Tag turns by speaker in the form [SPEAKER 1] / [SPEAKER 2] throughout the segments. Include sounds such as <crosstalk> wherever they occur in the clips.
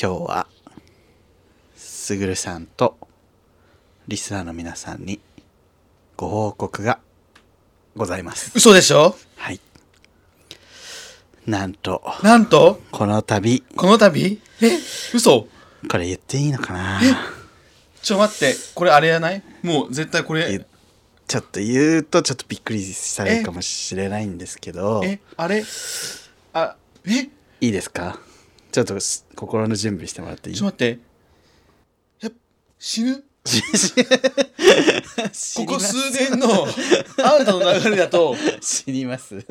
[SPEAKER 1] 今日はすぐるさんとリスナーの皆さんにご報告がございます
[SPEAKER 2] 嘘でしょ
[SPEAKER 1] はいなんと
[SPEAKER 2] なんと、
[SPEAKER 1] この度
[SPEAKER 2] この度え嘘
[SPEAKER 1] これ言っていいのかな
[SPEAKER 2] ちょ待って、これあれやないもう絶対こ
[SPEAKER 1] 言っ
[SPEAKER 2] れ、
[SPEAKER 1] ちょっと言うとちょっとびっくりされるかもしれないんですけど
[SPEAKER 2] え、あれあ、え
[SPEAKER 1] いいですかちょっとす心の準備してもらっていい
[SPEAKER 2] ちょ待って。え、死ぬ
[SPEAKER 1] <laughs>
[SPEAKER 2] ここ数年の、あんたの流れだと、
[SPEAKER 1] 死にます
[SPEAKER 2] もう、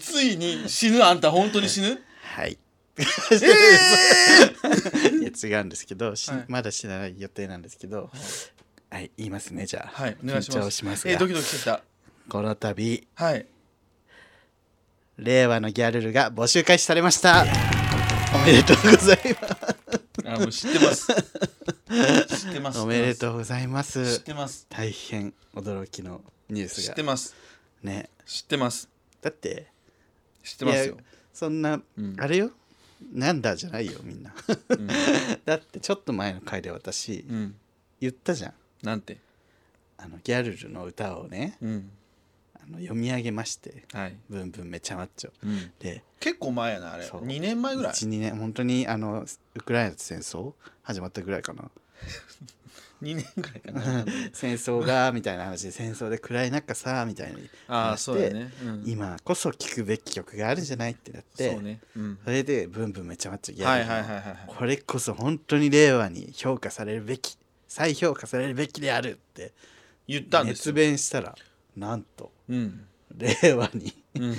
[SPEAKER 2] ついに死ぬあんた、本当に死ぬ
[SPEAKER 1] はい。 <laughs> いや違うんですけど、し
[SPEAKER 2] はい
[SPEAKER 1] まだ死なない予定なんですけど、はい、言いますね、じゃあ。
[SPEAKER 2] はい、お願いします。
[SPEAKER 1] 緊張しますが、
[SPEAKER 2] え、ドキドキしてきた。
[SPEAKER 1] この度、
[SPEAKER 2] はい。
[SPEAKER 1] 令和のギャルルが募集開始されました。おめでとうございま。
[SPEAKER 2] あ、もう知ってます。知ってます
[SPEAKER 1] <laughs>
[SPEAKER 2] す。
[SPEAKER 1] おめで
[SPEAKER 2] う。
[SPEAKER 1] とうございま
[SPEAKER 2] 知っ
[SPEAKER 1] す。
[SPEAKER 2] てます。
[SPEAKER 1] 大変驚きのニュー
[SPEAKER 2] 知
[SPEAKER 1] ス
[SPEAKER 2] って
[SPEAKER 1] が。
[SPEAKER 2] ます。
[SPEAKER 1] ね。
[SPEAKER 2] 知ってます。
[SPEAKER 1] だって、
[SPEAKER 2] 知ってますよ
[SPEAKER 1] いや。そんな、
[SPEAKER 2] うん
[SPEAKER 1] あれよ。なんだじゃないよ、みんな。
[SPEAKER 2] うん
[SPEAKER 1] <laughs> だって、ちょっと前の回で私、
[SPEAKER 2] うん。
[SPEAKER 1] 言ったじゃん。
[SPEAKER 2] なんて。
[SPEAKER 1] あのギャルルの歌をね、
[SPEAKER 2] うん。
[SPEAKER 1] あの読み上げまして
[SPEAKER 2] はい。
[SPEAKER 1] 「ブンブンめちゃマッチョ
[SPEAKER 2] うん。」
[SPEAKER 1] で
[SPEAKER 2] 結構前やなあれ
[SPEAKER 1] そう
[SPEAKER 2] 2年前ぐらい
[SPEAKER 1] 12年本当にあのウクライナと戦争始まったぐらいかな
[SPEAKER 2] 2年ぐらいかな
[SPEAKER 1] 戦争がみたいな話で戦争で暗い中さみたいに
[SPEAKER 2] <laughs> ああ
[SPEAKER 1] 話して
[SPEAKER 2] そうだね、うん、
[SPEAKER 1] 今こそ聴くべき曲があるんじゃないってなって
[SPEAKER 2] そうね、うん、
[SPEAKER 1] それで「ブンブンめちゃマッチョ」ギャ
[SPEAKER 2] は
[SPEAKER 1] ル
[SPEAKER 2] い
[SPEAKER 1] ルの
[SPEAKER 2] はいはいはいはい
[SPEAKER 1] これこそ本当に令和に評価されるべき再評価されるべきであるって
[SPEAKER 2] 言ったんです
[SPEAKER 1] 熱
[SPEAKER 2] よ、
[SPEAKER 1] 弁したらなんと
[SPEAKER 2] うん
[SPEAKER 1] <laughs> 令和に
[SPEAKER 2] うん、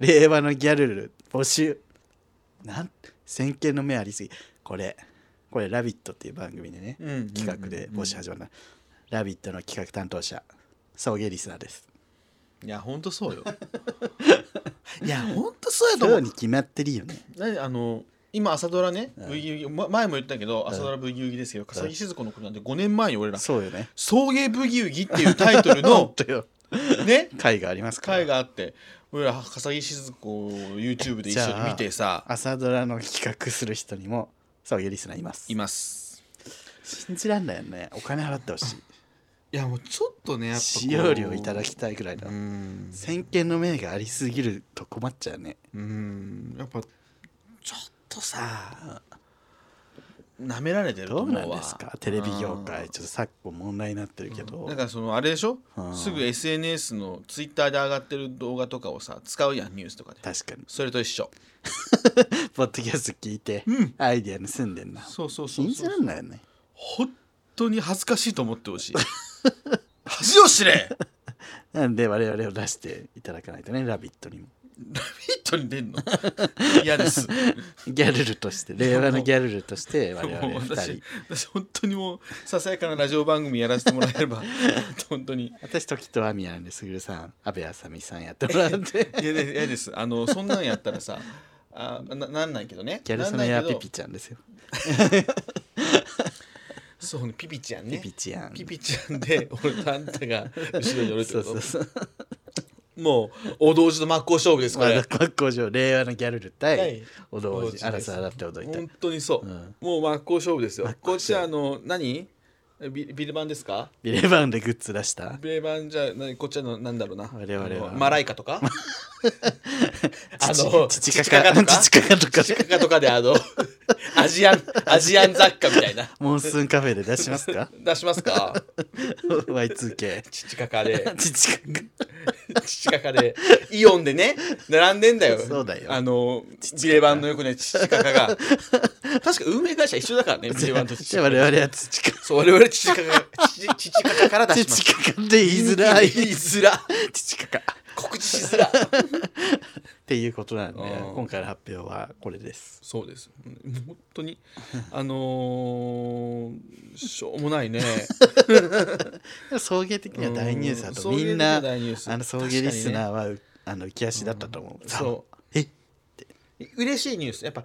[SPEAKER 1] 令和のギャルル募集なん先見の目ありすぎこれこれ「ラビット!」っていう番組でね、
[SPEAKER 2] うん
[SPEAKER 1] 企画で募集始まった「ラビット!」の企画担当者送迎リスナーです
[SPEAKER 2] いやほんとそ
[SPEAKER 1] <laughs>
[SPEAKER 2] うよいやほんとそうやと
[SPEAKER 1] そ
[SPEAKER 2] 思
[SPEAKER 1] う
[SPEAKER 2] う
[SPEAKER 1] に決まってるよね
[SPEAKER 2] 何あの今朝ドラね、
[SPEAKER 1] うん
[SPEAKER 2] ブギウギま前も言ったけど朝ドラブギウギですけど笠置静子のことなんて5年前に俺ら
[SPEAKER 1] そうよね
[SPEAKER 2] 「送迎ブギウギ」っていうタイト
[SPEAKER 1] <laughs>
[SPEAKER 2] ルの
[SPEAKER 1] とよ
[SPEAKER 2] ね
[SPEAKER 1] 会がありますから
[SPEAKER 2] 会があって俺ら笠置静子を YouTube で一緒に見てさ
[SPEAKER 1] 朝ドラの企画する人にも送迎リスナーいます
[SPEAKER 2] います
[SPEAKER 1] 信じらんないよねお金払ってほしい
[SPEAKER 2] いやもうちょっとねやっぱこう
[SPEAKER 1] 使用料いただきたいぐらいうだ、
[SPEAKER 2] ん
[SPEAKER 1] 先見の目がありすぎると困っちゃうね
[SPEAKER 2] うんやっぱちょっとさなめられてると
[SPEAKER 1] ど
[SPEAKER 2] 思
[SPEAKER 1] う
[SPEAKER 2] うわ
[SPEAKER 1] なんですかテレビ業
[SPEAKER 2] う
[SPEAKER 1] 界
[SPEAKER 2] ん
[SPEAKER 1] ちょっと昨今問題になってるけど、
[SPEAKER 2] だからそのあれでしょ
[SPEAKER 1] うん
[SPEAKER 2] すぐ SNS の Twitter で上がってる動画とかをさ使うやんニュースとかで
[SPEAKER 1] 確かに
[SPEAKER 2] それと一緒
[SPEAKER 1] ポッドキャスト聞いて、
[SPEAKER 2] うん
[SPEAKER 1] アイディア盗んでんな
[SPEAKER 2] そうそうそう
[SPEAKER 1] 信じ
[SPEAKER 2] そう
[SPEAKER 1] らんないよね
[SPEAKER 2] 本当に恥ずかしいと思ってほしい恥を知れ
[SPEAKER 1] なんで我々を出していただかないとね「ラビット!」にも
[SPEAKER 2] ヒットに出
[SPEAKER 1] <laughs>
[SPEAKER 2] んの嫌です
[SPEAKER 1] ギャルルとして令和のギャルルとして我々
[SPEAKER 2] <laughs> もう
[SPEAKER 1] 2
[SPEAKER 2] 私
[SPEAKER 1] 人
[SPEAKER 2] 私本当にもうささやかなラジオ番組やらせてもら
[SPEAKER 1] <laughs>
[SPEAKER 2] えれば本当に
[SPEAKER 1] 私時とアミヤンですぐるさん安部あさみさんやってもら
[SPEAKER 2] <laughs>
[SPEAKER 1] って
[SPEAKER 2] いやでいやですあのそんなんやったらさあななんないけどね
[SPEAKER 1] ギャル
[SPEAKER 2] な
[SPEAKER 1] ソ
[SPEAKER 2] ん
[SPEAKER 1] の
[SPEAKER 2] ない
[SPEAKER 1] や
[SPEAKER 2] け
[SPEAKER 1] ピ
[SPEAKER 2] ど
[SPEAKER 1] ピちゃんですよ、
[SPEAKER 2] そうねピピちゃんね
[SPEAKER 1] ピピちゃん
[SPEAKER 2] ピピちゃんで俺とあんたが後ろに寄るって
[SPEAKER 1] <laughs> そうそ
[SPEAKER 2] こ
[SPEAKER 1] う
[SPEAKER 2] と
[SPEAKER 1] そう
[SPEAKER 2] もうお同時の真っ向勝負ですこ
[SPEAKER 1] 和
[SPEAKER 2] れ
[SPEAKER 1] 田真っ向上令和のギャルル
[SPEAKER 2] はい
[SPEAKER 1] 対お同
[SPEAKER 2] 同時で
[SPEAKER 1] 時
[SPEAKER 2] す
[SPEAKER 1] あらさらって踊りたい
[SPEAKER 2] 本当にそう、
[SPEAKER 1] うん
[SPEAKER 2] もう真っ向勝負ですよ
[SPEAKER 1] 真っ向
[SPEAKER 2] こっち
[SPEAKER 1] 勝負
[SPEAKER 2] はあの何ビビル版ですか
[SPEAKER 1] ビレバンでグッズ出した
[SPEAKER 2] ビル版じゃなこっちはのなんだろうな
[SPEAKER 1] 我々は
[SPEAKER 2] あのマライカとかあ
[SPEAKER 1] <laughs> 父父かか
[SPEAKER 2] とか
[SPEAKER 1] 父かかとか
[SPEAKER 2] チカカとかであのアジアンアジアン雑貨みたいな
[SPEAKER 1] モンスーンカフェで出します
[SPEAKER 2] <laughs>
[SPEAKER 1] か
[SPEAKER 2] 出しますか
[SPEAKER 1] Y2K
[SPEAKER 2] チチカカで
[SPEAKER 1] <laughs> 父か
[SPEAKER 2] チチカカでイオンでね並んでんだよ
[SPEAKER 1] そうだよ
[SPEAKER 2] あのビレバンの横にはチチカカが確か運営会社一緒
[SPEAKER 1] <laughs>
[SPEAKER 2] だからねビレバンとチチ
[SPEAKER 1] じゃ
[SPEAKER 2] カ
[SPEAKER 1] あ
[SPEAKER 2] カ
[SPEAKER 1] 我々は父か
[SPEAKER 2] そう我々チチカカチチチチカカから出します
[SPEAKER 1] 父かかって言いづらい
[SPEAKER 2] 言いづら
[SPEAKER 1] 父かか
[SPEAKER 2] 告知しづら
[SPEAKER 1] っていうことなんで
[SPEAKER 2] うん
[SPEAKER 1] 今回の発表はこれです
[SPEAKER 2] そうですもう本当にあのー、しょうもないね
[SPEAKER 1] 送迎的には大ニュースだと
[SPEAKER 2] うん
[SPEAKER 1] みんなあ
[SPEAKER 2] 送迎的には大ニュース
[SPEAKER 1] の送迎リスナーはうあの浮き足だったと思うそうえ
[SPEAKER 2] 嬉しいニュースやっぱ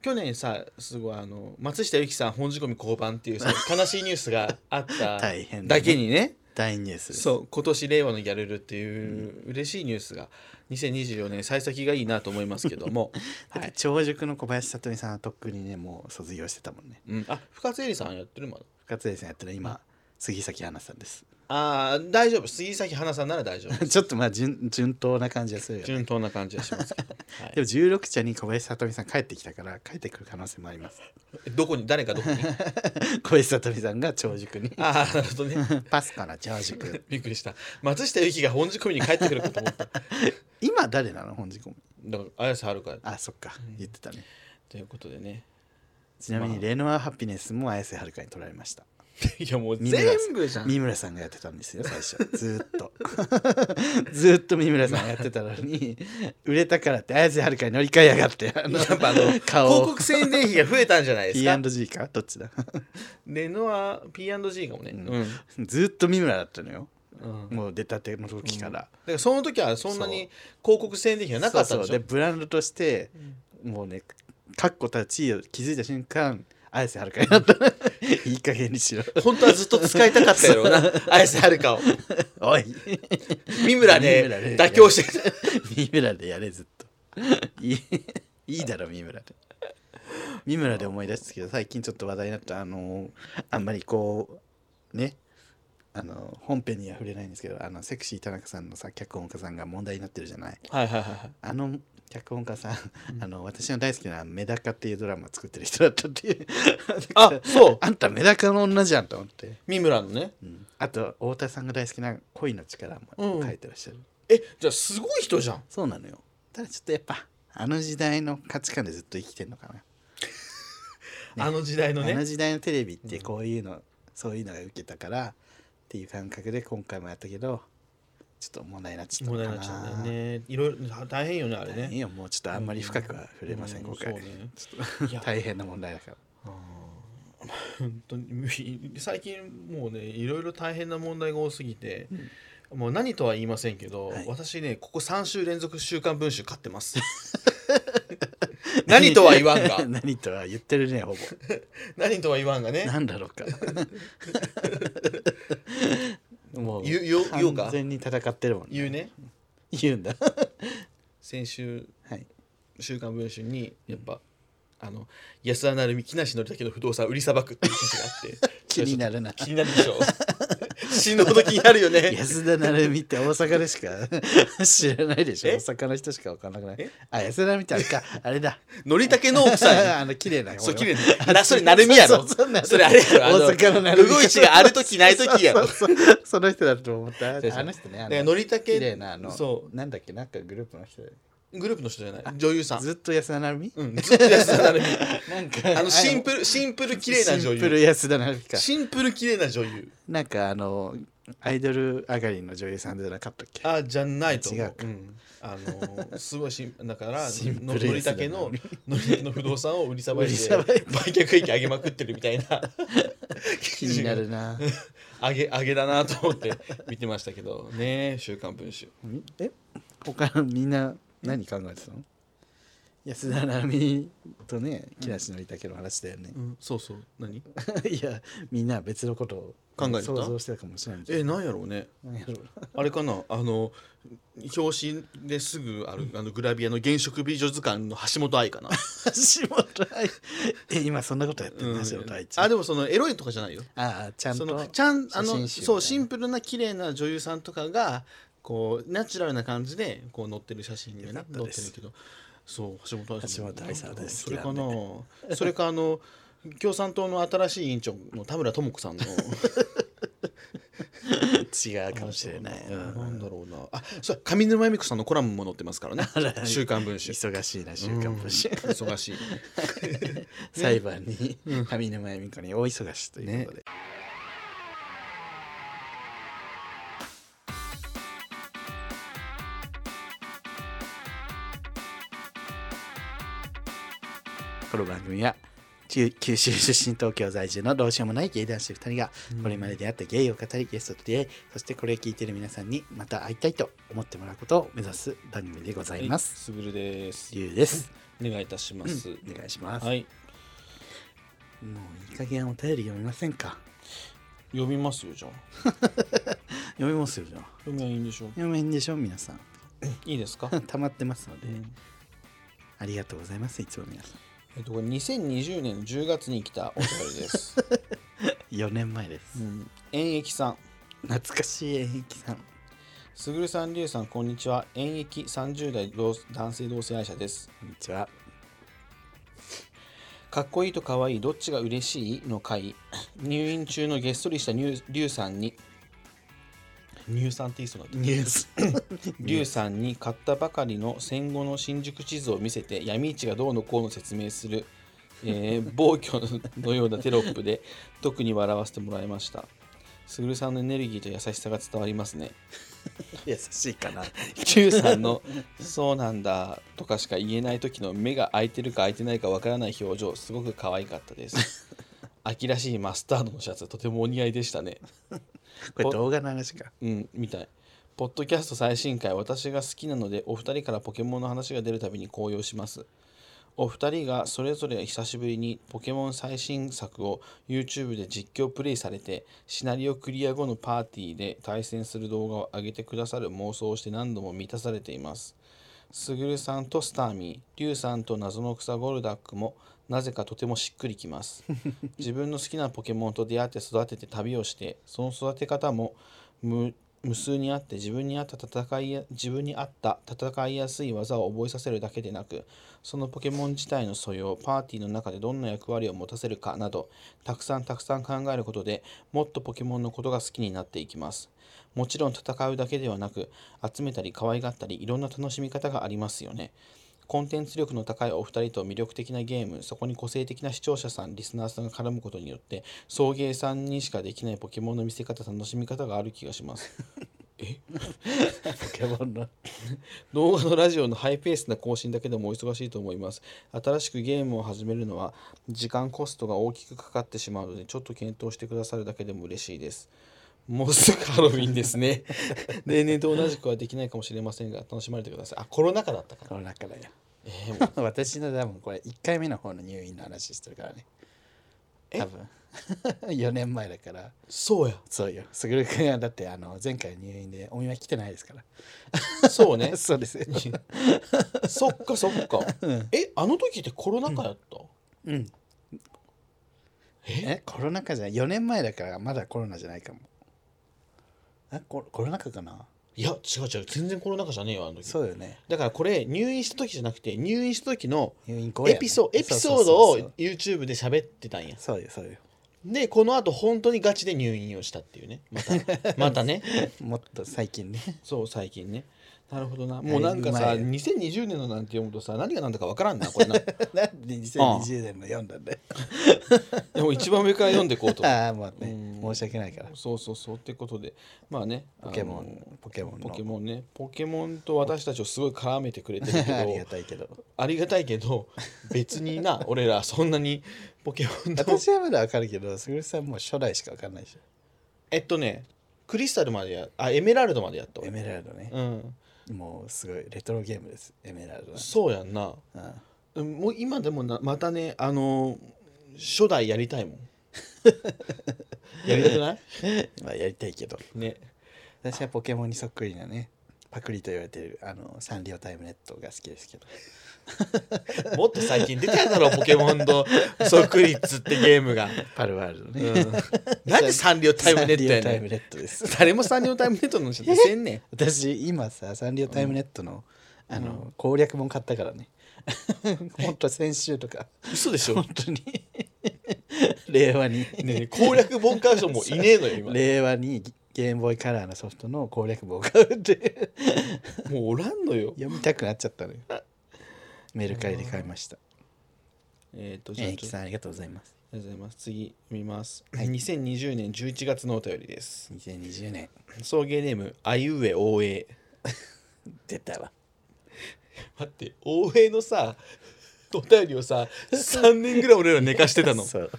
[SPEAKER 2] 去年さすごいあ
[SPEAKER 1] <laughs>
[SPEAKER 2] の松下由紀さん本仕込み降板っていうさ悲しいニュースがあった
[SPEAKER 1] 大変だね
[SPEAKER 2] だけにね
[SPEAKER 1] 対ニュースです
[SPEAKER 2] そう今年令和のやれるっていう嬉しいニュースが2024年幸先がいいなと思いますけど
[SPEAKER 1] <laughs>
[SPEAKER 2] も、
[SPEAKER 1] だっ
[SPEAKER 2] は
[SPEAKER 1] て
[SPEAKER 2] い
[SPEAKER 1] 長熟の小林聡美さんはとっくにねもう卒業してたもんね
[SPEAKER 2] うん、あ深津絵里さんやってるまだ
[SPEAKER 1] 深津絵里さんやってる今杉咲花さんです
[SPEAKER 2] あー大丈夫杉咲花さんなら
[SPEAKER 1] <laughs>
[SPEAKER 2] 大丈夫
[SPEAKER 1] ちょっとまあ順順当な感じがするよね
[SPEAKER 2] 順当な感じはしますけど、は
[SPEAKER 1] <laughs> でも16茶に小林聡美さん帰ってきたから帰ってくる可能性もあります <laughs>
[SPEAKER 2] い、どこに誰かどこに
[SPEAKER 1] 小林聡美さんが長熟
[SPEAKER 2] <laughs>
[SPEAKER 1] に
[SPEAKER 2] ああなるほどね
[SPEAKER 1] パスから長熟
[SPEAKER 2] びっくりした松下由紀が本仕込みに帰ってくるかと思った
[SPEAKER 1] <laughs> 今誰なの本仕込み
[SPEAKER 2] だから綾瀬はるかや
[SPEAKER 1] あそっか言ってたね
[SPEAKER 2] ということでね
[SPEAKER 1] ちなみ
[SPEAKER 2] ま
[SPEAKER 1] に
[SPEAKER 2] あ
[SPEAKER 1] レノアハピネスも綾瀬はるかに取られました
[SPEAKER 2] いやもう
[SPEAKER 1] 三村さ
[SPEAKER 2] 全部じゃん
[SPEAKER 1] 三村さんがやってたんですよ最初ずーっと <laughs> ずーっと三村さんがやってたのに売れたからって綾瀬はるかに乗り換えやがってあの
[SPEAKER 2] やっぱあの <laughs> 広
[SPEAKER 1] 顔を
[SPEAKER 2] 告宣伝費が増えたんじゃないですか
[SPEAKER 1] P&G かどっちだ <laughs>
[SPEAKER 2] レノア P&G かもね
[SPEAKER 1] う
[SPEAKER 2] うんん、
[SPEAKER 1] ずーっと三村だったのよ
[SPEAKER 2] うんだか
[SPEAKER 1] もう出たての時から、
[SPEAKER 2] らその時はそんなに広告宣伝費がなかった
[SPEAKER 1] そ
[SPEAKER 2] ん
[SPEAKER 1] う
[SPEAKER 2] で
[SPEAKER 1] そう
[SPEAKER 2] しょ
[SPEAKER 1] でブランドとしてもうね確固たる地位を築いた瞬間綾瀬はるかになった <laughs> いい加減にしろ
[SPEAKER 2] 本当はずっと使いたかったやろう
[SPEAKER 1] <laughs>
[SPEAKER 2] な綾瀬はるかを
[SPEAKER 1] おい
[SPEAKER 2] 三
[SPEAKER 1] 三村
[SPEAKER 2] 村
[SPEAKER 1] ね
[SPEAKER 2] で妥協してる
[SPEAKER 1] 三村でやれずっといいいいだろ三村で三村で思い出したけど最近ちょっと話題になったあのあんまりこうねあの本編には触れないんですけどあのセクシー田中さんのさ脚本家さんが問題になってるじゃない
[SPEAKER 2] はいはいはいはい
[SPEAKER 1] あの脚本家さん、あの私の大好きな「メダカ」っていうドラマ作ってる人だったっていう <laughs>
[SPEAKER 2] あそう
[SPEAKER 1] あんたメダカの女じゃんと思って、
[SPEAKER 2] 三村のね
[SPEAKER 1] うんあと太田さんが大好きな「恋の力」も書いてらっしゃる、
[SPEAKER 2] えじゃあすごい人じゃん
[SPEAKER 1] そうなのよただちょっとやっぱあの時代の価値観でずっと生きてんのかな、
[SPEAKER 2] あの時代の
[SPEAKER 1] あの
[SPEAKER 2] ね
[SPEAKER 1] 時代のテレビってこういうの、そういうのが受けたからっていう感覚で今回もやったけどちょっと問題になっちゃった
[SPEAKER 2] 問
[SPEAKER 1] の
[SPEAKER 2] 題
[SPEAKER 1] か
[SPEAKER 2] に
[SPEAKER 1] な
[SPEAKER 2] なっちゃうんだよねいろいろ大変よねあれ
[SPEAKER 1] 大変
[SPEAKER 2] ね
[SPEAKER 1] よもうちょっとあんまり深くは触れません、
[SPEAKER 2] うん
[SPEAKER 1] 今回、
[SPEAKER 2] そうね
[SPEAKER 1] ちょっと大変な問題だから
[SPEAKER 2] 本当に <laughs> 最近もうねいろいろ大変な問題が多すぎて、もう何とは言いませんけど、
[SPEAKER 1] はい
[SPEAKER 2] 私ねここ3週連続「週刊文春」買ってます <laughs>
[SPEAKER 1] <laughs>
[SPEAKER 2] <laughs> 何とは言わんが
[SPEAKER 1] 何とは言ってるねほぼ
[SPEAKER 2] 何とは言わんがね
[SPEAKER 1] なんだろう
[SPEAKER 2] <laughs>
[SPEAKER 1] かもう
[SPEAKER 2] 言う言う言うか
[SPEAKER 1] 完全に戦ってるもん
[SPEAKER 2] 言うね
[SPEAKER 1] 言うんだ
[SPEAKER 2] 先週
[SPEAKER 1] はい
[SPEAKER 2] 「週刊文春」にやっぱ、あの安田成美木梨憲武の不動産売りさばくっていう記事があって
[SPEAKER 1] <laughs> 気になるな
[SPEAKER 2] 気になるでしょ
[SPEAKER 1] <laughs>
[SPEAKER 2] 死ぬほど気になるよね
[SPEAKER 1] 安田成美って大阪でしか知らないでしょ
[SPEAKER 2] え
[SPEAKER 1] 大阪の人しか分からなくない
[SPEAKER 2] え
[SPEAKER 1] あ安田成美ってあれかあれだ
[SPEAKER 2] のりたけの奥さんに
[SPEAKER 1] あの綺麗 <laughs> な方よ
[SPEAKER 2] そう綺麗な <laughs> なそれなるみやろ
[SPEAKER 1] <laughs> そうそうなる
[SPEAKER 2] それあれやろあの
[SPEAKER 1] 大阪の成美
[SPEAKER 2] うぐいちがある時ない時や
[SPEAKER 1] <laughs>
[SPEAKER 2] ろ
[SPEAKER 1] そうそうそうその人だと思ったあ
[SPEAKER 2] そうそう
[SPEAKER 1] の人ねあ
[SPEAKER 2] だから
[SPEAKER 1] の
[SPEAKER 2] のりたけ
[SPEAKER 1] 綺麗なあの
[SPEAKER 2] そ
[SPEAKER 1] なんだっけなんかグループの人で
[SPEAKER 2] うグループの人じゃない女優さん
[SPEAKER 1] ずっと安田成美
[SPEAKER 2] うんずっと安田成
[SPEAKER 1] <laughs>
[SPEAKER 2] 美
[SPEAKER 1] なんか
[SPEAKER 2] あのシンプルシンプル綺麗な女
[SPEAKER 1] シンプ
[SPEAKER 2] 優
[SPEAKER 1] ル安田成美か
[SPEAKER 2] シンプル綺麗な女優
[SPEAKER 1] なんかあのアイドル上がりの女優さんじゃなかったっけ
[SPEAKER 2] あじゃないと思
[SPEAKER 1] 違う
[SPEAKER 2] う
[SPEAKER 1] か
[SPEAKER 2] んあのすごいしんだから
[SPEAKER 1] シンプル
[SPEAKER 2] の
[SPEAKER 1] 安田成美
[SPEAKER 2] のりたけののりたけの不動産を売りさばい
[SPEAKER 1] 売り
[SPEAKER 2] て
[SPEAKER 1] さばい
[SPEAKER 2] 売却益上げまくってるみたいな
[SPEAKER 1] <laughs> 気
[SPEAKER 2] <laughs>
[SPEAKER 1] になるな
[SPEAKER 2] 上げ上げだなと思って見てましたけどね「週刊文春
[SPEAKER 1] んえ他のみんな何考えてたの安田成美とね木梨憲武の話だよね」、
[SPEAKER 2] そうそう何
[SPEAKER 1] <laughs> いやみんな別のことを
[SPEAKER 2] 考えてた
[SPEAKER 1] 想像してたかもしれない
[SPEAKER 2] えなんやろうね
[SPEAKER 1] なんやろう
[SPEAKER 2] あれかなあの表紙ですぐあるあのグラビアの原色美女図鑑の橋本愛
[SPEAKER 1] <laughs>
[SPEAKER 2] かな、
[SPEAKER 1] 橋本愛え今そんなことやってる
[SPEAKER 2] う
[SPEAKER 1] の
[SPEAKER 2] ん
[SPEAKER 1] 橋本愛一
[SPEAKER 2] あでもそのエロいとかじゃないよ
[SPEAKER 1] ああちゃん
[SPEAKER 2] そ
[SPEAKER 1] と
[SPEAKER 2] のちゃん
[SPEAKER 1] 写
[SPEAKER 2] あの
[SPEAKER 1] 真集みたいな
[SPEAKER 2] そうシンプルな綺麗な女優さんとかがこうナチュラルな感じでこう載ってる写真には
[SPEAKER 1] よ
[SPEAKER 2] ね
[SPEAKER 1] かった
[SPEAKER 2] 載っ
[SPEAKER 1] で
[SPEAKER 2] て
[SPEAKER 1] す
[SPEAKER 2] るけどそう橋本愛さん
[SPEAKER 1] 橋本愛さんです
[SPEAKER 2] それかなそれかあの共産党の新しい委員長の田村智子さんの
[SPEAKER 1] 違うかもしれない、う
[SPEAKER 2] なんんだろうなあそう上沼恵美子さんのコラムも載ってま
[SPEAKER 1] <laughs>
[SPEAKER 2] すからね
[SPEAKER 1] あら
[SPEAKER 2] 「週刊文春」
[SPEAKER 1] 忙しいな週刊文春
[SPEAKER 2] うん忙しい
[SPEAKER 1] 裁判に上沼恵美子に大忙しということで、この番組は九九州出身東京在住のどうしようもない芸男子2人が <laughs> これまで出会った芸を語りゲストと出会いそしてこれを聞いている皆さんにまた会いたいと思ってもらうことを目指す番組でございます。
[SPEAKER 2] すぐるです
[SPEAKER 1] ゆうです。
[SPEAKER 2] お願いいたします
[SPEAKER 1] お願いします。
[SPEAKER 2] はい
[SPEAKER 1] もういい加減お便り読みませんか
[SPEAKER 2] 呼びますよじゃあ
[SPEAKER 1] 読みますよじゃあ
[SPEAKER 2] 読めばいいんで
[SPEAKER 1] <laughs>
[SPEAKER 2] しょう
[SPEAKER 1] 読めんでしょ皆さん <laughs>
[SPEAKER 2] いいですか、
[SPEAKER 1] 溜まってますので、
[SPEAKER 2] うん
[SPEAKER 1] ありがとうございますいつも皆さん
[SPEAKER 2] えっと、これ2020年10月に来たお便りです、
[SPEAKER 1] <laughs> 4年前です、
[SPEAKER 2] うん、演劇さん
[SPEAKER 1] 懐かしい演劇さん
[SPEAKER 2] すぐるさんりゅうさんこんにちは演劇30代同男性同性愛者です
[SPEAKER 1] こんにちは
[SPEAKER 2] かっこいいとかわいいどっちが嬉しい <coughs> の回入院中のげっそりしたりゅうさんに乳酸テイストなんだ
[SPEAKER 1] ニュース
[SPEAKER 2] リュウさんに買ったばかりの戦後の新宿地図を見せて闇市がどうのこうの説明する、え <laughs> ー暴挙のようなテロップで特に笑わせてもらいました。すぐるさんのエネルギーと優しさが伝わりますね。
[SPEAKER 1] <laughs> 優しいか <laughs> な
[SPEAKER 2] <laughs> リュウさんの「そうなんだ」とかしか言えない時の目が開いてるか開いてないかわからない表情すごく可愛かったです。秋らしいマスタードのシャツとてもお似合いでしたね。
[SPEAKER 1] これ動画の話か
[SPEAKER 2] うん、みたい。ポッドキャスト最新回、私が好きなので、お二人からポケモンの話が出るたびに高揚します。お二人がそれぞれ久しぶりにポケモン最新作を YouTube で実況プレイされて、シナリオクリア後のパーティーで対戦する動画を上げてくださる妄想をして何度も満たされています。すぐるさんとスターミー、リュウさんと謎の草ゴルダックもなぜかとてもしっくりきます。自分の好きなポケモンと出会って育てて旅をして、その育て方も無無数にあって自分に合った戦いや自分に合った戦いやすい技を覚えさせるだけでなくそのポケモン自体の素養パーティーの中でどんな役割を持たせるかなどたくさんたくさん考えることでもっとポケモンのことが好きになっていきますもちろん戦うだけではなく集めたり可愛がったりいろんな楽しみ方がありますよねコンテンツ力の高いお二人と魅力的なゲーム、そこに個性的な視聴者さん、リスナーさんが絡むことによって、送迎さんにしかできないポケモンの見せ方、楽しみ方がある気がします。 <laughs>
[SPEAKER 1] ポケモンの
[SPEAKER 2] 動画のラジオのハイペースな更新だけでもお忙しいと思います。新しくゲームを始めるのは時間コストが大きくかかってしまうので、ちょっと検討してくださるだけでも嬉しいです。もうすぐハロウィンです <laughs> ね。例年と同じくはできないかもしれませんが、楽しまれてください。あ、コロナ禍だったかな。
[SPEAKER 1] この中だよ
[SPEAKER 2] え
[SPEAKER 1] <laughs>
[SPEAKER 2] ー
[SPEAKER 1] 私の多分これ1回目の方の入院の話してるからね
[SPEAKER 2] え
[SPEAKER 1] 多分 <laughs> 4年前だから
[SPEAKER 2] そうや。
[SPEAKER 1] そうよすぐる君はだってあの前回入院でお見舞い来てないですから。
[SPEAKER 2] そうね <laughs>
[SPEAKER 1] <laughs> そうですよ
[SPEAKER 2] そっかそっか。え、あの時ってコロナ禍やった、
[SPEAKER 1] うんえコロナ禍じゃない4年前だからまだコロナじゃないかもあココロナ禍かない
[SPEAKER 2] や、違う違う。全然コロナ禍じゃねえよ、あの時。
[SPEAKER 1] そうよね
[SPEAKER 2] だからこれ、入院した時じゃなくて、入院した時の
[SPEAKER 1] 入院後や
[SPEAKER 2] エ
[SPEAKER 1] ね
[SPEAKER 2] ピソ
[SPEAKER 1] そ
[SPEAKER 2] エ
[SPEAKER 1] うそ
[SPEAKER 2] ピ
[SPEAKER 1] う
[SPEAKER 2] ソード
[SPEAKER 1] そうそう
[SPEAKER 2] を YouTube で喋ってたんや
[SPEAKER 1] そうよそうよ
[SPEAKER 2] <laughs> でこのあと本当にガチで入院をしたっていうね
[SPEAKER 1] <laughs>
[SPEAKER 2] またまたね
[SPEAKER 1] もっと最近
[SPEAKER 2] <laughs>
[SPEAKER 1] ね
[SPEAKER 2] そう最近ねなるほどなもうなんかさ
[SPEAKER 1] だいぶ
[SPEAKER 2] 2020年のなんて読むとさ何が何だか分からんなこ
[SPEAKER 1] <laughs>
[SPEAKER 2] れな
[SPEAKER 1] なんで2020年の読んだんだよ
[SPEAKER 2] でも一番上から読んでこうと
[SPEAKER 1] <laughs> ああもうね
[SPEAKER 2] う
[SPEAKER 1] 申
[SPEAKER 2] ん
[SPEAKER 1] し訳ないから
[SPEAKER 2] そうそうそうってことでまあね
[SPEAKER 1] ポケモ
[SPEAKER 2] あの
[SPEAKER 1] ンポケモンの
[SPEAKER 2] ポケモンねポケモンと私たちをすごい絡めてくれてるけ
[SPEAKER 1] <laughs>
[SPEAKER 2] ど
[SPEAKER 1] ありがたいけど
[SPEAKER 2] ありがたいけど別にな俺らそんなにポケモンと
[SPEAKER 1] 私はまだわかるけどすぐるさんもう初代しかわかんないでし
[SPEAKER 2] えっとねクリスタルまでやあエメラルドまでやった
[SPEAKER 1] ょエ
[SPEAKER 2] 俺
[SPEAKER 1] メラルドね
[SPEAKER 2] うん
[SPEAKER 1] もうすごいレトロゲームですエメラルドなんて
[SPEAKER 2] そうやんな
[SPEAKER 1] うん
[SPEAKER 2] うんもう今でもなまたねあのー初代やりたいもん <laughs> やりたくない
[SPEAKER 1] まあやりたいけど
[SPEAKER 2] <laughs> ね
[SPEAKER 1] 私はポケモンにそっくりなねパクリと言われてるあのサンリオタイムネットが好きですけど
[SPEAKER 2] もっと最近出ただろポケモン <laughs> とそっくりっつってゲームが、
[SPEAKER 1] パルワールド
[SPEAKER 2] う
[SPEAKER 1] ね、
[SPEAKER 2] <laughs> ん、なんでサンリオタイムネットや
[SPEAKER 1] サンリオタ
[SPEAKER 2] ね
[SPEAKER 1] イム
[SPEAKER 2] ん
[SPEAKER 1] ネットです
[SPEAKER 2] 誰もサンリオタイムネットの人出せんねん
[SPEAKER 1] 私今さサンリオタイムネットの、あの、攻略本買ったからね本当先週とか
[SPEAKER 2] <laughs> 嘘でしょ
[SPEAKER 1] 本当に令和に、
[SPEAKER 2] ねえ攻略本買う人もうい <laughs> ねえのよ今も
[SPEAKER 1] 令和にゲームボーイカラーのソフトの攻略本を買うって
[SPEAKER 2] うおらんのよ
[SPEAKER 1] 読みたくなっちゃったのよメルカリで買いました
[SPEAKER 2] えっ、とじゃあ
[SPEAKER 1] え
[SPEAKER 2] ち
[SPEAKER 1] い
[SPEAKER 2] ょっと
[SPEAKER 1] きさんありがとうございます
[SPEAKER 2] ありがとうございます次見ます、2020年11月のお便りです
[SPEAKER 1] 2020年
[SPEAKER 2] 送迎ネームあいうえおうえ
[SPEAKER 1] 出たわ
[SPEAKER 2] 待って大江のさお便りをさ3年ぐらい俺ら寝かしてたの
[SPEAKER 1] <laughs> そう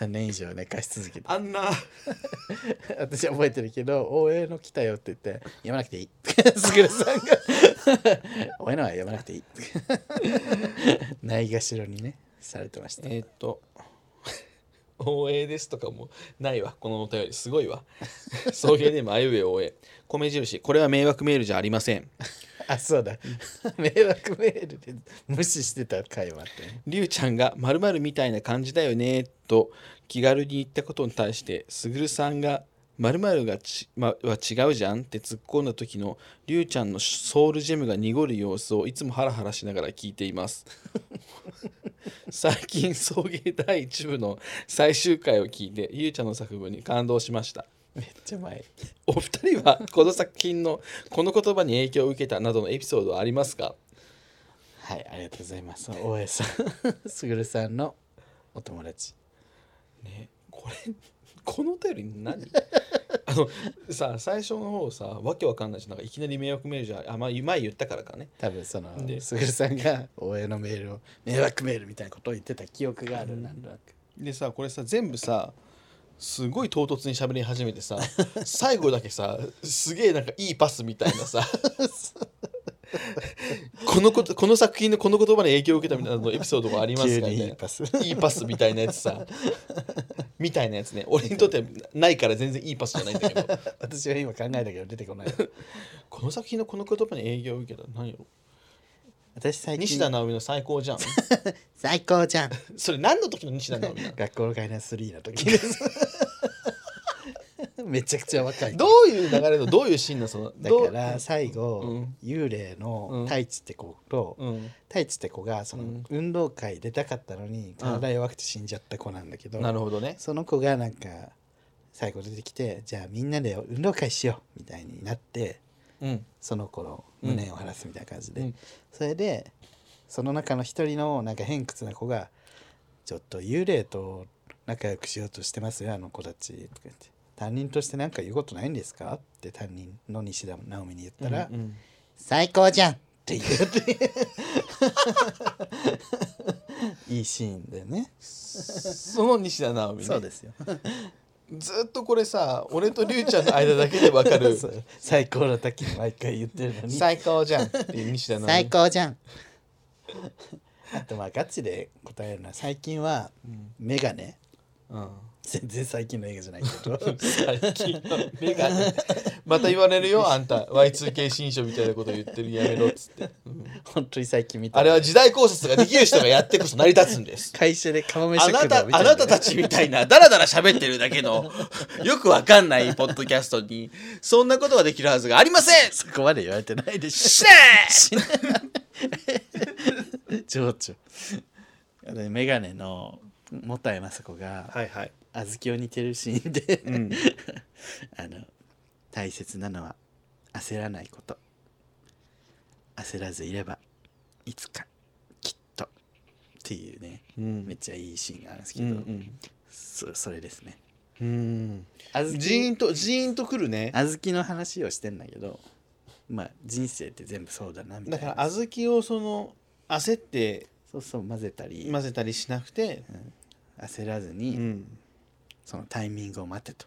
[SPEAKER 1] 3年以上寝かし続けて <laughs>
[SPEAKER 2] あんな
[SPEAKER 1] 私覚えてるけど「応援の来たよ」って言って「読まなくてい <laughs> い」すぐるさんが「応援のは読まなくていい」 <laughs> ないがしろにねされてました
[SPEAKER 2] えーっと応援ですとかもないわこのお便りすごいわ送迎でもあいうえお応援米印これは迷惑メールじゃありません
[SPEAKER 1] あそうだ迷惑メールで無視してた会話ってね
[SPEAKER 2] りゅうちゃんが「まるみたいな感じだよね」と気軽に言ったことに対してすぐるさんが「まるがち、ま、は違うじゃん」って突っ込んだ時のりゅうちゃんのソウルジェムが濁る様子をいつもハラハラしながら聞いています最近送迎第1部の最終回を聞いてゆうちゃんの作文に感動しました
[SPEAKER 1] めっちゃ前
[SPEAKER 2] お二人はこの作品のこの言葉に影響を受けたなどのエピソードはありますか
[SPEAKER 1] はいありがとうございます大江さん <laughs> すぐるさんのお友達
[SPEAKER 2] ねこれ <laughs> このお便り何 <laughs> あのさ最初の方さわけわかんないしなんかいきなり迷惑メールじゃあまあ前言ったからかね
[SPEAKER 1] 多分その
[SPEAKER 2] です
[SPEAKER 1] ぐるさんが大江のメールを迷惑メールみたいなことを言ってた記憶があるなんとなく
[SPEAKER 2] でさこれさ全部さすごい唐突に喋り始め
[SPEAKER 1] <laughs>
[SPEAKER 2] てさ最後だけさすげえなんかいいパスみたいなさ <laughs> このことこの作品のこの言葉に影響を受けたみたいなのエピソードがあります
[SPEAKER 1] 急
[SPEAKER 2] か
[SPEAKER 1] に
[SPEAKER 2] み
[SPEAKER 1] い
[SPEAKER 2] たい
[SPEAKER 1] い
[SPEAKER 2] な
[SPEAKER 1] パス
[SPEAKER 2] いいパスみたいなやつさみたいなやつね俺にとってはないから全然いいパスじゃないんだけど
[SPEAKER 1] <laughs> 私は今考えたけど出てこない
[SPEAKER 2] この作品のこの言葉に影響を受けた何やろ
[SPEAKER 1] 私最
[SPEAKER 2] 西
[SPEAKER 1] 近
[SPEAKER 2] 田直美の最高 <laughs> じゃん
[SPEAKER 1] 最高じゃん
[SPEAKER 2] それ何の時の西田直美なの
[SPEAKER 1] 学校の会談3の時です
[SPEAKER 2] <laughs>
[SPEAKER 1] めちゃくちゃ若い
[SPEAKER 2] どういう流れのどういうシーンなの <laughs> その
[SPEAKER 1] だ
[SPEAKER 2] どう
[SPEAKER 1] から最後、
[SPEAKER 2] うん
[SPEAKER 1] 幽霊の太一って子と、
[SPEAKER 2] うん
[SPEAKER 1] 太一って子がその
[SPEAKER 2] うん
[SPEAKER 1] 運動会出たかったのに体弱くて死んじゃった子なんだけど,、
[SPEAKER 2] なるほどね
[SPEAKER 1] その子がなんか最後出てきてじゃあみんなで運動会しようみたいになって
[SPEAKER 2] うん
[SPEAKER 1] その子の胸を晴らすみたいな感じで、
[SPEAKER 2] うん
[SPEAKER 1] それでその中の一人のなんか偏屈な子が「ちょっと幽霊と仲良くしようとしてますよあの子たち」とか言って「担任としてなんか言うことないんですか?」って担任の西田直美に言ったら「
[SPEAKER 2] うんうん
[SPEAKER 1] 最高じゃん!」って言うっていういいシーンだよね。
[SPEAKER 2] その西田直美、ね、
[SPEAKER 1] すよ。
[SPEAKER 2] ずっとこれさ俺とりゅうちゃんの間だけでわか
[SPEAKER 1] <laughs>
[SPEAKER 2] る <laughs>
[SPEAKER 1] そう最高の時に毎回言ってるのに。
[SPEAKER 2] 最高じゃんっていう西田直美
[SPEAKER 1] 最高じゃん <laughs> あとまあガチで答えるのは最近は
[SPEAKER 2] うん、
[SPEAKER 1] メガネ
[SPEAKER 2] うん、
[SPEAKER 1] 全然最近の映画じゃないけど <laughs>
[SPEAKER 2] 最近のメガネまた言われる <laughs> よあんた Y2K 新書みたいなこと言ってるやめろっつって、うん
[SPEAKER 1] 本当に最近見た
[SPEAKER 2] あれは時代考察ができる人がやってこそ成り立つんです
[SPEAKER 1] 会社でカモメ
[SPEAKER 2] あ
[SPEAKER 1] 食堂
[SPEAKER 2] な
[SPEAKER 1] みた
[SPEAKER 2] た
[SPEAKER 1] い
[SPEAKER 2] あなたたちみたいなダラダラ喋ってるだけの <laughs> よくわかんないポッドキャストにそんなことができるはずがありません
[SPEAKER 1] そこまで言われてないでし
[SPEAKER 2] しね
[SPEAKER 1] ょ <laughs> 情緒あのメガネのもたえまさこが
[SPEAKER 2] はいはい、
[SPEAKER 1] 小豆を似てるシーンで、
[SPEAKER 2] うん、
[SPEAKER 1] あの大切なのは焦らないこと焦らずいればいつかきっとっていうね
[SPEAKER 2] うん
[SPEAKER 1] めっちゃいいシーンがあるんですけ
[SPEAKER 2] う
[SPEAKER 1] ど、
[SPEAKER 2] ん
[SPEAKER 1] そそれですね
[SPEAKER 2] うん
[SPEAKER 1] 小
[SPEAKER 2] ジー
[SPEAKER 1] 豆
[SPEAKER 2] ンとジーンとくるね
[SPEAKER 1] 小豆の話をしてんだけどまあ人生って全部そうだなみた
[SPEAKER 2] だ
[SPEAKER 1] いな
[SPEAKER 2] から小豆をその焦って
[SPEAKER 1] そうそう混ぜたり、
[SPEAKER 2] 混ぜたりしなくて
[SPEAKER 1] 焦らず
[SPEAKER 2] う
[SPEAKER 1] に、
[SPEAKER 2] ん
[SPEAKER 1] そのタイミングを待てと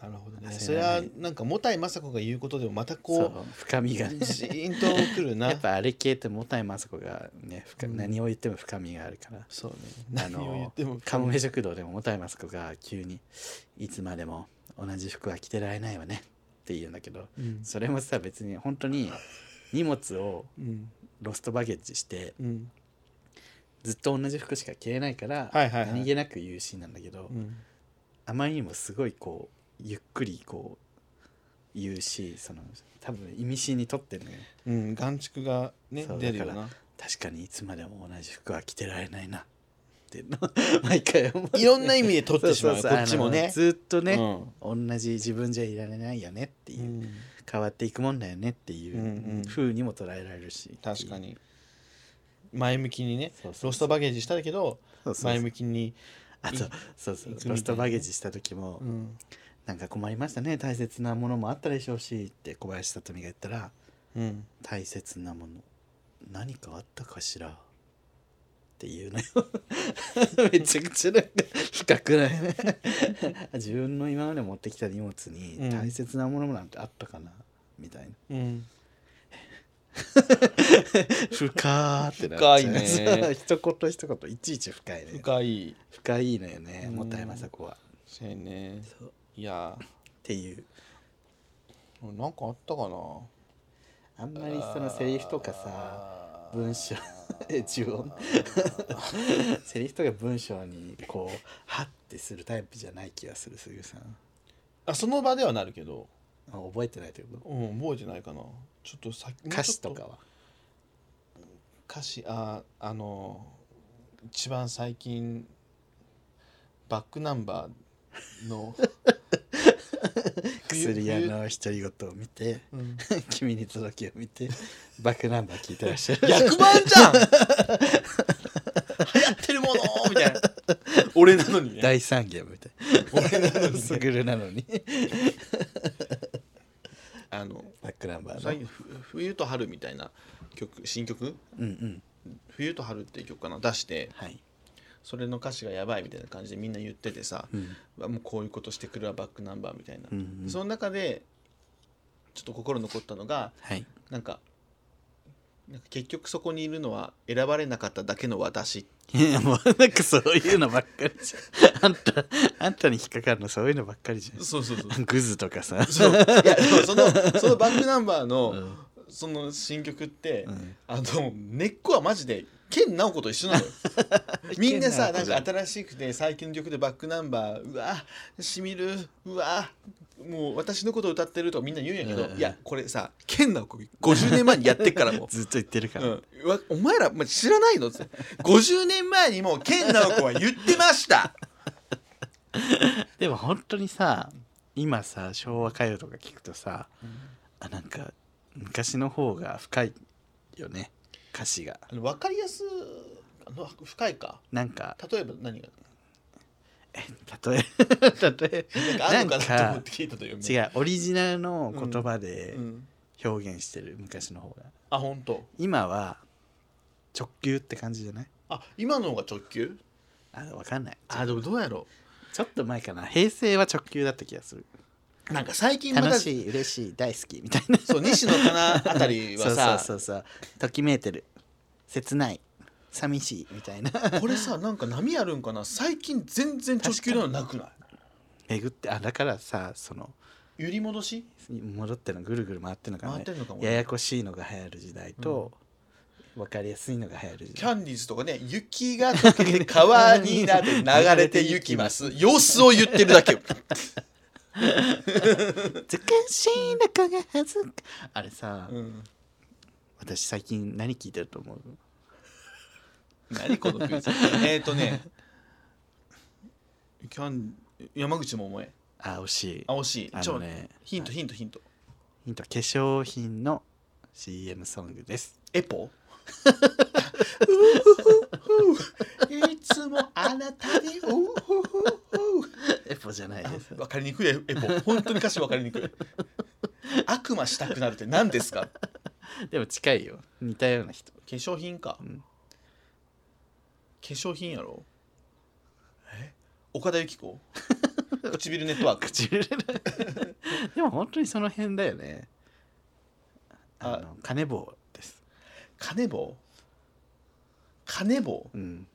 [SPEAKER 2] なるほど
[SPEAKER 1] 焦らな
[SPEAKER 2] ね
[SPEAKER 1] い
[SPEAKER 2] それはなんかもたいまさこが言うことでもまた
[SPEAKER 1] そ
[SPEAKER 2] こ
[SPEAKER 1] う深みがね
[SPEAKER 2] うジーンとくるな
[SPEAKER 1] やっぱあれ系ってもたいまさこがね深
[SPEAKER 2] うん
[SPEAKER 1] 何を言っても深みがあるから
[SPEAKER 2] そうね
[SPEAKER 1] あ
[SPEAKER 2] 何を言
[SPEAKER 1] の
[SPEAKER 2] っても
[SPEAKER 1] カモメ食堂でももたいます子が急に「いつまでも同じ服は着てられないわね」って言うんだけど
[SPEAKER 2] うん
[SPEAKER 1] それもさ別に本当に荷物を
[SPEAKER 2] うん
[SPEAKER 1] ロストバゲッジして
[SPEAKER 2] うん
[SPEAKER 1] ずっと同じ服しか着れないから
[SPEAKER 2] はいはいはい
[SPEAKER 1] 何気なく言うシーンなんだけど
[SPEAKER 2] うん
[SPEAKER 1] あまりにもすごいこうゆっくりこう言うしその多分意味深にとってんのよ
[SPEAKER 2] うん眼蓄がね
[SPEAKER 1] そう
[SPEAKER 2] 出るよ
[SPEAKER 1] だ
[SPEAKER 2] な
[SPEAKER 1] 確かにいつまでも同じ服は着てられないなって <laughs> いうの毎回思う
[SPEAKER 2] いろんな意味で取ってしまう
[SPEAKER 1] そ
[SPEAKER 2] こ
[SPEAKER 1] そそ
[SPEAKER 2] っちも
[SPEAKER 1] あの
[SPEAKER 2] ね
[SPEAKER 1] ずっとね、
[SPEAKER 2] うん
[SPEAKER 1] 同じ自分じゃいられないよねっていう、
[SPEAKER 2] うん
[SPEAKER 1] 変わっていくもんだよねってい
[SPEAKER 2] んうん
[SPEAKER 1] う風にも捉えられるし、
[SPEAKER 2] 確かに前向きにね
[SPEAKER 1] そうそうそう
[SPEAKER 2] ロストバゲージしたけど
[SPEAKER 1] そうそうそう
[SPEAKER 2] 前向きに
[SPEAKER 1] あとそうそう
[SPEAKER 2] いくみたいなね
[SPEAKER 1] ロストバゲージした時も、
[SPEAKER 2] うん
[SPEAKER 1] なんか困りましたね大切なものもあったでしょうしって小林聡美が言ったら
[SPEAKER 2] うん
[SPEAKER 1] 「大切なもの何かあったかしら?」っていうのよ <laughs> めちゃくちゃなんか深くないね <laughs> 自分の今まで持ってきた荷物に
[SPEAKER 2] うん
[SPEAKER 1] 大切なものなんてあったかなみたいな
[SPEAKER 2] うん
[SPEAKER 1] 深ってなっ
[SPEAKER 2] 深いね
[SPEAKER 1] そう一言一言いちいち深いね
[SPEAKER 2] 深い。
[SPEAKER 1] 深いのよね
[SPEAKER 2] うん
[SPEAKER 1] もたいまさこは
[SPEAKER 2] そうやね。
[SPEAKER 1] そうっ
[SPEAKER 2] いや
[SPEAKER 1] ていう
[SPEAKER 2] ー、なんかあったかな。
[SPEAKER 1] あんまりそのセリフとかさ
[SPEAKER 2] あー
[SPEAKER 1] 文章 <laughs> え自分 <laughs> セリフとか文章にこうハッてするタイプじゃない気がするすぐさん
[SPEAKER 2] あその場ではなるけど、
[SPEAKER 1] あ覚えてないということ
[SPEAKER 2] うん、覚えてないかなちょっとさ
[SPEAKER 1] 歌詞とか
[SPEAKER 2] もうちょっ
[SPEAKER 1] は
[SPEAKER 2] 歌詞あーあのー一番最近バックナンバー <laughs> の、 <laughs> 冬
[SPEAKER 1] 薬屋の独り言を見て
[SPEAKER 2] うん、
[SPEAKER 1] 君に届けを見
[SPEAKER 2] <laughs>
[SPEAKER 1] てバックナンバー聞いてらっしゃる
[SPEAKER 2] 役満じゃん流行ってるものみたいな俺なのにね
[SPEAKER 1] 第三ゲームみたい
[SPEAKER 2] 俺なの
[SPEAKER 1] な
[SPEAKER 2] に
[SPEAKER 1] す
[SPEAKER 2] ね
[SPEAKER 1] ぐるなのに
[SPEAKER 2] あの
[SPEAKER 1] バックナンバー
[SPEAKER 2] 最
[SPEAKER 1] の
[SPEAKER 2] 近ふ冬と春みたいな曲新曲
[SPEAKER 1] うんうん
[SPEAKER 2] 冬と春っていう曲かな出して
[SPEAKER 1] はい、
[SPEAKER 2] それの歌詞がやばいみたいな感じでみんな言っててさ、
[SPEAKER 1] うん
[SPEAKER 2] わもうこういうことしてくるわバックナンバーみたいな、
[SPEAKER 1] うんうん
[SPEAKER 2] その中でちょっと心残ったのが
[SPEAKER 1] はい
[SPEAKER 2] なんかなんか結局そこにいるのは選ばれなかっただけの私
[SPEAKER 1] いやもうなんかそういうのばっかりじゃんあんたあんたに引っかかるのそういうのばっかりじゃ
[SPEAKER 2] そうそうそ
[SPEAKER 1] んグズとかさ
[SPEAKER 2] <laughs> そういやでもそのそのバックナンバーの、
[SPEAKER 1] うん
[SPEAKER 2] その新曲って、
[SPEAKER 1] うん
[SPEAKER 2] あの根っこはマジで健直子と一緒
[SPEAKER 1] <laughs>
[SPEAKER 2] なのよみんなさ
[SPEAKER 1] 健直子
[SPEAKER 2] なん
[SPEAKER 1] じ
[SPEAKER 2] か
[SPEAKER 1] ゃん
[SPEAKER 2] 新しくて最近の曲でバックナンバーうわしみるうわもう私のこと歌ってるとかみんな言うんやけど、
[SPEAKER 1] うん
[SPEAKER 2] いやこれさ健直子50年前にやってっからもう
[SPEAKER 1] ずっと言ってるから、
[SPEAKER 2] うん、わお前ら、ま、知らないのっつって50年前にもう健直子は言ってました
[SPEAKER 1] でも本当にさ今さ昭和歌謡とか聞くとさ、あなんか昔の方が深いよね歌詞が
[SPEAKER 2] あの分かりやすあの深いか
[SPEAKER 1] なんか
[SPEAKER 2] 例えば何が
[SPEAKER 1] 例え <laughs> 例
[SPEAKER 2] なんかあ
[SPEAKER 1] え
[SPEAKER 2] んのかなと思って聞いたという
[SPEAKER 1] 違うオリジナルの言葉
[SPEAKER 2] う
[SPEAKER 1] で
[SPEAKER 2] ん、
[SPEAKER 1] 表現してる、昔の方が
[SPEAKER 2] あ本当。
[SPEAKER 1] 今は直球って感じじゃない
[SPEAKER 2] あ今の方が直球
[SPEAKER 1] あわかんない
[SPEAKER 2] あでもどうやろ
[SPEAKER 1] ちょっと前かな平成は直球だった気がする
[SPEAKER 2] うなんか最近ま
[SPEAKER 1] 楽
[SPEAKER 2] た
[SPEAKER 1] しい嬉しい大好きみたいな
[SPEAKER 2] そう西野かなあたりは <laughs> さ
[SPEAKER 1] そうそうそうそうときめいてる切ない寂しいみたいな
[SPEAKER 2] これさなんか波あるんかな最近全然直球なのなくない
[SPEAKER 1] <laughs> 巡ってあだからさその
[SPEAKER 2] 揺り戻し
[SPEAKER 1] 戻ってのぐるぐる回ってるのか
[SPEAKER 2] 回
[SPEAKER 1] ね
[SPEAKER 2] ってんのかも、
[SPEAKER 1] や
[SPEAKER 2] ね、
[SPEAKER 1] やこしいのが流行る時代と、わ分かりやすいのが流行る時
[SPEAKER 2] キ
[SPEAKER 1] 代
[SPEAKER 2] ャンディーズとかね雪が溶けて川になって流れてゆきます様子を言ってるだけ
[SPEAKER 1] 美しいの子が恥ずかあれさ、
[SPEAKER 2] うん
[SPEAKER 1] 私最近何聞いてると思う
[SPEAKER 2] 何このクイズえっとねキャン山口百恵
[SPEAKER 1] あ惜しい
[SPEAKER 2] あ惜しい
[SPEAKER 1] あ
[SPEAKER 2] ちょ
[SPEAKER 1] のね
[SPEAKER 2] ヒント
[SPEAKER 1] はい
[SPEAKER 2] ヒントヒント
[SPEAKER 1] ヒント化粧品の CM ソングです
[SPEAKER 2] エポいつもあなたにうううう
[SPEAKER 1] エポじゃないです
[SPEAKER 2] わかりにくいエポ本当に歌詞わかりにくい悪魔したくなるって何ですか化
[SPEAKER 1] でも近いよ似たような人
[SPEAKER 2] 粧品か、
[SPEAKER 1] うん
[SPEAKER 2] 化粧品やろえ岡田由紀子
[SPEAKER 1] <laughs>
[SPEAKER 2] 唇ネットワーク
[SPEAKER 1] 口入れない <laughs> でも本当にその辺だよねあ
[SPEAKER 2] あ
[SPEAKER 1] の金棒です
[SPEAKER 2] 金棒金棒
[SPEAKER 1] うん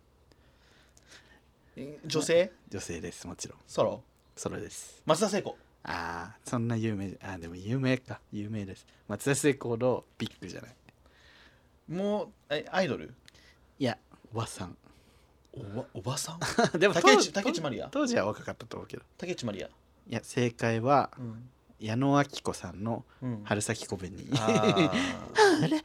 [SPEAKER 2] 女性
[SPEAKER 1] 女性ですもちろん
[SPEAKER 2] ソロ
[SPEAKER 1] それです
[SPEAKER 2] 松田聖子
[SPEAKER 1] ああそんな有名じゃあーでも有名か有名です松田聖子のビッグじゃない
[SPEAKER 2] もうえアイドル
[SPEAKER 1] いやおばさん
[SPEAKER 2] おばおばさ <laughs> ん
[SPEAKER 1] <laughs> でも
[SPEAKER 2] 竹
[SPEAKER 1] 当
[SPEAKER 2] 内
[SPEAKER 1] 時
[SPEAKER 2] 竹内まりや
[SPEAKER 1] 当時は若かったと思うけど
[SPEAKER 2] 竹内まりや
[SPEAKER 1] いや正解は
[SPEAKER 2] うん
[SPEAKER 1] 矢野明子さんの
[SPEAKER 2] うん
[SPEAKER 1] 春先小紅 <laughs>
[SPEAKER 2] <laughs> あ
[SPEAKER 1] 春春先小紅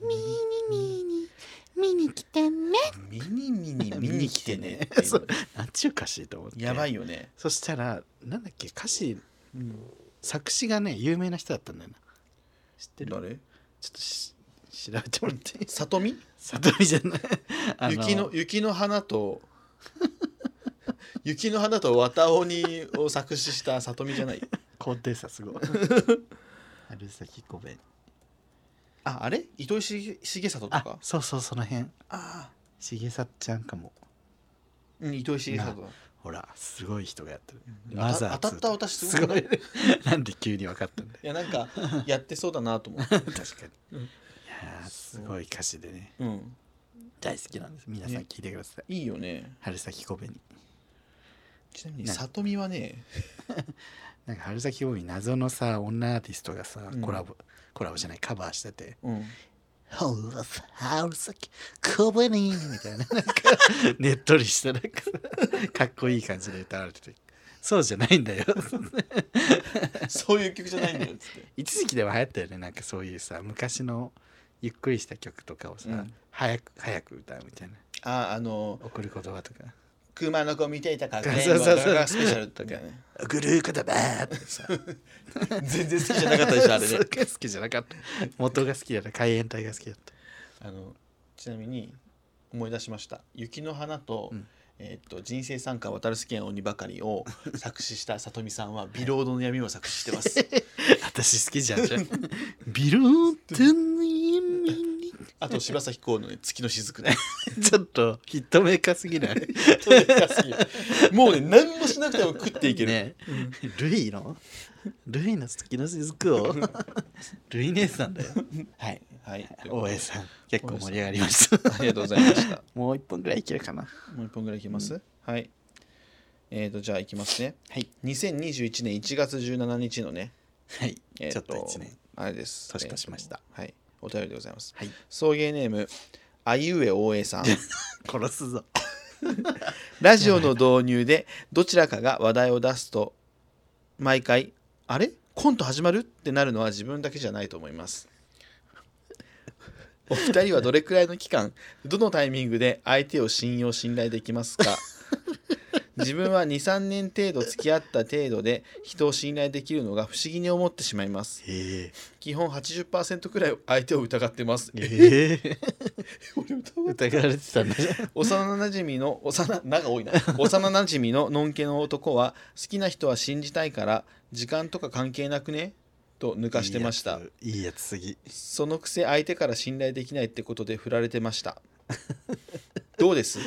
[SPEAKER 1] <laughs> ミニミニ見に来てね
[SPEAKER 2] ー見に見に <laughs> 見に来てね
[SPEAKER 1] そうなんちゅう歌詞と思って
[SPEAKER 2] やばいよね、
[SPEAKER 1] そしたらなんだっけ歌詞作詞がね有名な人だったんだよな知ってる
[SPEAKER 2] 誰
[SPEAKER 1] ちょっとし調べてもらっていい
[SPEAKER 2] 里見
[SPEAKER 1] 里見じゃ <laughs> ないあの
[SPEAKER 2] 雪の雪の花と <laughs> 雪の花と綿鬼を作詞した里見じゃない
[SPEAKER 1] 高低差すごい <laughs> 春先小紅
[SPEAKER 2] ああれ糸井し重里と
[SPEAKER 1] あ
[SPEAKER 2] か
[SPEAKER 1] そうそうその辺
[SPEAKER 2] あ
[SPEAKER 1] しげさちゃんかも
[SPEAKER 2] うん、糸井重里だ
[SPEAKER 1] ほほらすごい人がやってる
[SPEAKER 2] うん
[SPEAKER 1] マザー2
[SPEAKER 2] 当た当たった私す
[SPEAKER 1] す
[SPEAKER 2] ご
[SPEAKER 1] ご
[SPEAKER 2] い
[SPEAKER 1] いね <laughs> なんで急に分かったんだよ
[SPEAKER 2] いやなんかやってそうだなと思っ
[SPEAKER 1] <laughs>
[SPEAKER 2] て、
[SPEAKER 1] 確かに、
[SPEAKER 2] うん
[SPEAKER 1] いやーすごい歌詞でね
[SPEAKER 2] うん、
[SPEAKER 1] 大好きなんです皆さん聞いてください、
[SPEAKER 2] いいよね
[SPEAKER 1] 春先小紅
[SPEAKER 2] ちなみに
[SPEAKER 1] ね
[SPEAKER 2] 里美はね
[SPEAKER 1] なんか春先小紅謎のさ女アーティストがさ
[SPEAKER 2] うん
[SPEAKER 1] コラボ、コラボじゃないカバーしてて
[SPEAKER 2] うん
[SPEAKER 1] 「春先小紅」みたいななんかねっとりしたなんかさかっこいい感じで歌われててそうじゃないん <laughs> だよ
[SPEAKER 2] そういう曲じゃないんだよっ
[SPEAKER 1] <laughs>
[SPEAKER 2] つって
[SPEAKER 1] 一時期でも流行ったよねなんかそういうさ昔のゆっくりした曲とかをさ、
[SPEAKER 2] うん
[SPEAKER 1] 早く早く歌うみたいな
[SPEAKER 2] ああの
[SPEAKER 1] 送る言葉とか
[SPEAKER 2] 「熊の子見ていたか
[SPEAKER 1] そう
[SPEAKER 2] ら
[SPEAKER 1] そうそう
[SPEAKER 2] スペシャル」とか
[SPEAKER 1] <laughs>
[SPEAKER 2] ね
[SPEAKER 1] 送る言葉って <laughs> さ
[SPEAKER 2] 全然好きじゃなかったでしょあれね
[SPEAKER 1] そう好きじゃなかった元が好きだった海援隊が好きだった
[SPEAKER 2] あのちなみに思い出しました「雪の花と」
[SPEAKER 1] うん
[SPEAKER 2] えーっと人生参加渡る好きな鬼ばかり」を作詞した里美さんは「ビロードの闇」を作詞し
[SPEAKER 1] <laughs>
[SPEAKER 2] てます
[SPEAKER 1] 私好きじゃんじゃん <laughs> ビロートにに
[SPEAKER 2] あと柴咲コウの、ね「月の雫」ね
[SPEAKER 1] ちょっとヒットメーカーすぎ <laughs> ない
[SPEAKER 2] とにかく好きもうね何もしなくても食っていける、
[SPEAKER 1] ね、ルイのルイの好きな雫をルイ姉さんだよ
[SPEAKER 2] はいはい
[SPEAKER 1] 大江さん結構盛り上がりました
[SPEAKER 2] ありがとうございました
[SPEAKER 1] もう一本ぐらいいけるかな。
[SPEAKER 2] もう一本ぐらいいきます、はいえー、とじゃあいきますね
[SPEAKER 1] はい。
[SPEAKER 2] 2021年1月17日のね、
[SPEAKER 1] はい。
[SPEAKER 2] えー
[SPEAKER 1] ちょっと一年。
[SPEAKER 2] あれです
[SPEAKER 1] 年越しました、
[SPEAKER 2] えーとはいお便りでございます
[SPEAKER 1] はい。
[SPEAKER 2] 送迎ネームあいうえおえさん
[SPEAKER 1] 殺すぞ。
[SPEAKER 2] ラジオの導入でどちらかが話題を出すと毎回「あれコント始まる?」ってなるのは自分だけじゃないと思いますお二人はどれくらいの期間どのタイミングで相手を信用信頼できますか自分は23年程度付き合った程度で人を信頼できるのが不思議に思ってしまいます
[SPEAKER 1] え
[SPEAKER 2] 基本80%くらい相手を疑ってます
[SPEAKER 1] え。ええ。
[SPEAKER 2] 俺疑って
[SPEAKER 1] 疑われてたんだ。
[SPEAKER 2] 幼なじみの幼なが多いな幼なじみののんけの男は好きな人は信じたいから時間とか関係なくねと抜かしてました
[SPEAKER 1] いいやつ。いいやつすぎ。
[SPEAKER 2] そのくせ相手から信頼できないってことで振られてましたどうです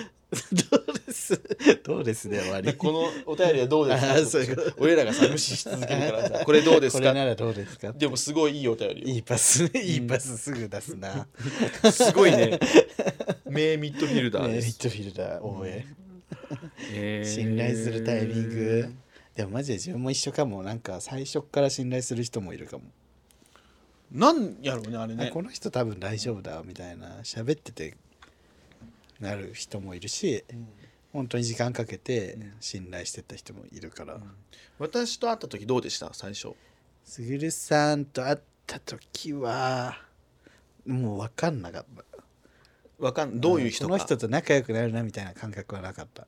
[SPEAKER 1] どうです。どうですで終わり。
[SPEAKER 2] このお便りはどうです
[SPEAKER 1] あ
[SPEAKER 2] か
[SPEAKER 1] ーそういうこと
[SPEAKER 2] 俺らがさ無視し続けるからさこれどうです
[SPEAKER 1] これ
[SPEAKER 2] か
[SPEAKER 1] ならどうですか。
[SPEAKER 2] でもすごいいいお便りよ
[SPEAKER 1] いいパス、いいパスすぐ出すな。
[SPEAKER 2] すごいね名ミッドフィルダー
[SPEAKER 1] ねミ
[SPEAKER 2] で
[SPEAKER 1] ッ
[SPEAKER 2] す、
[SPEAKER 1] ドフィルダー、大江。
[SPEAKER 2] えー
[SPEAKER 1] 信頼するタイミング。でもマジで自分も一緒かもなんか最初っから信頼する人もいるかも、
[SPEAKER 2] なんやろうねあれ
[SPEAKER 1] あ
[SPEAKER 2] ね
[SPEAKER 1] この人多分大丈夫だみたいな喋っててなる人もいるし、本当に時間かけて信頼してった人もいるから、
[SPEAKER 2] 私と会った時どうでした最初
[SPEAKER 1] すぐるさんと会った時はもう分かんなかった
[SPEAKER 2] わかんどういう人
[SPEAKER 1] こ
[SPEAKER 2] か
[SPEAKER 1] の人と仲良くなるなみたいな感覚はなかった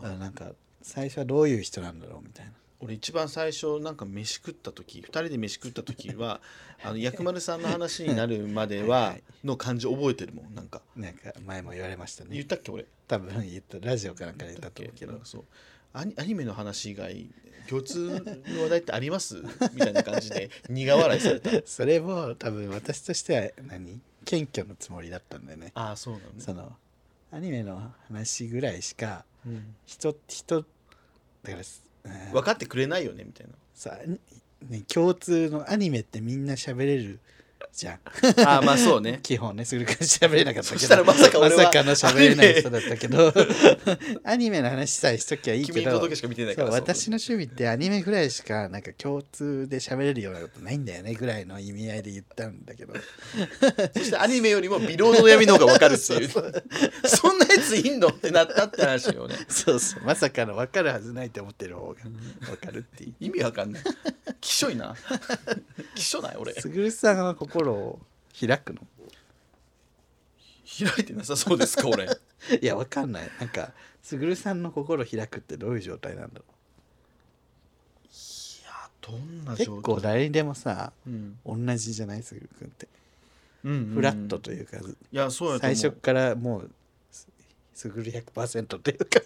[SPEAKER 1] だ
[SPEAKER 2] あ、
[SPEAKER 1] からなんか最初はどういう人なんだろうみたいな
[SPEAKER 2] 俺一番最初なんか飯食った時2人で飯食った時 <laughs> はあの薬丸さんの話になるまで
[SPEAKER 1] はい
[SPEAKER 2] は
[SPEAKER 1] はい
[SPEAKER 2] の感じ覚えてるもんなんか
[SPEAKER 1] なんか前も言われました
[SPEAKER 2] 言
[SPEAKER 1] ね
[SPEAKER 2] ったっけ俺
[SPEAKER 1] 多分言ったラジオかなんかで言ったと思うけ
[SPEAKER 2] なん
[SPEAKER 1] ど
[SPEAKER 2] かそうアニアニメの話以外共通の話題ってあり <laughs> ますみたいな感じで苦笑いされた
[SPEAKER 1] それも多分私としては何謙虚のつもりだったんだよね
[SPEAKER 2] ああそうなのね
[SPEAKER 1] そのアニメの話ぐらいしか
[SPEAKER 2] うん
[SPEAKER 1] 人人だからすうん
[SPEAKER 2] 分かってくれないよねみたい
[SPEAKER 1] さあ、ね、共通のアニメってみんな喋れるじゃん
[SPEAKER 2] なああまあそうね
[SPEAKER 1] <laughs> 基本ねすぐるくん喋れなかったけど
[SPEAKER 2] そしたらまさか俺は
[SPEAKER 1] まさかの喋れない人だったけ
[SPEAKER 2] <laughs>
[SPEAKER 1] どアニメの話さえしときゃいいけ
[SPEAKER 2] <laughs> 君の
[SPEAKER 1] ど
[SPEAKER 2] 届けしか見てない
[SPEAKER 1] そ
[SPEAKER 2] か
[SPEAKER 1] う
[SPEAKER 2] ら
[SPEAKER 1] 私の趣味ってアニメぐらいしかなんか共通で喋れるようなことないんだよねぐらいの意味合いで言ったんだけど
[SPEAKER 2] そしてアニメよりも微量の闇の方が分か <laughs>
[SPEAKER 1] <laughs>
[SPEAKER 2] るっていうそんなやついんのってなったって話よね
[SPEAKER 1] そうそうまさかの分かるはずないって思ってる方が分かるっていう
[SPEAKER 2] 意味わかんない。きしょいな。 <laughs> きしょない俺。
[SPEAKER 1] すぐるさんの心を開くの
[SPEAKER 2] 開いてなさそうですか俺。
[SPEAKER 1] いやわかんないなんかすぐるさんの心を開くってどういう状態なんだろ
[SPEAKER 2] どんな
[SPEAKER 1] う結構誰にでもさ
[SPEAKER 2] うん。
[SPEAKER 1] 同じじゃないすぐるくんって
[SPEAKER 2] うんうんうん
[SPEAKER 1] フラットというか、
[SPEAKER 2] いやそうやと
[SPEAKER 1] 最
[SPEAKER 2] 思う。
[SPEAKER 1] 初からもうすすぐる100%っていうか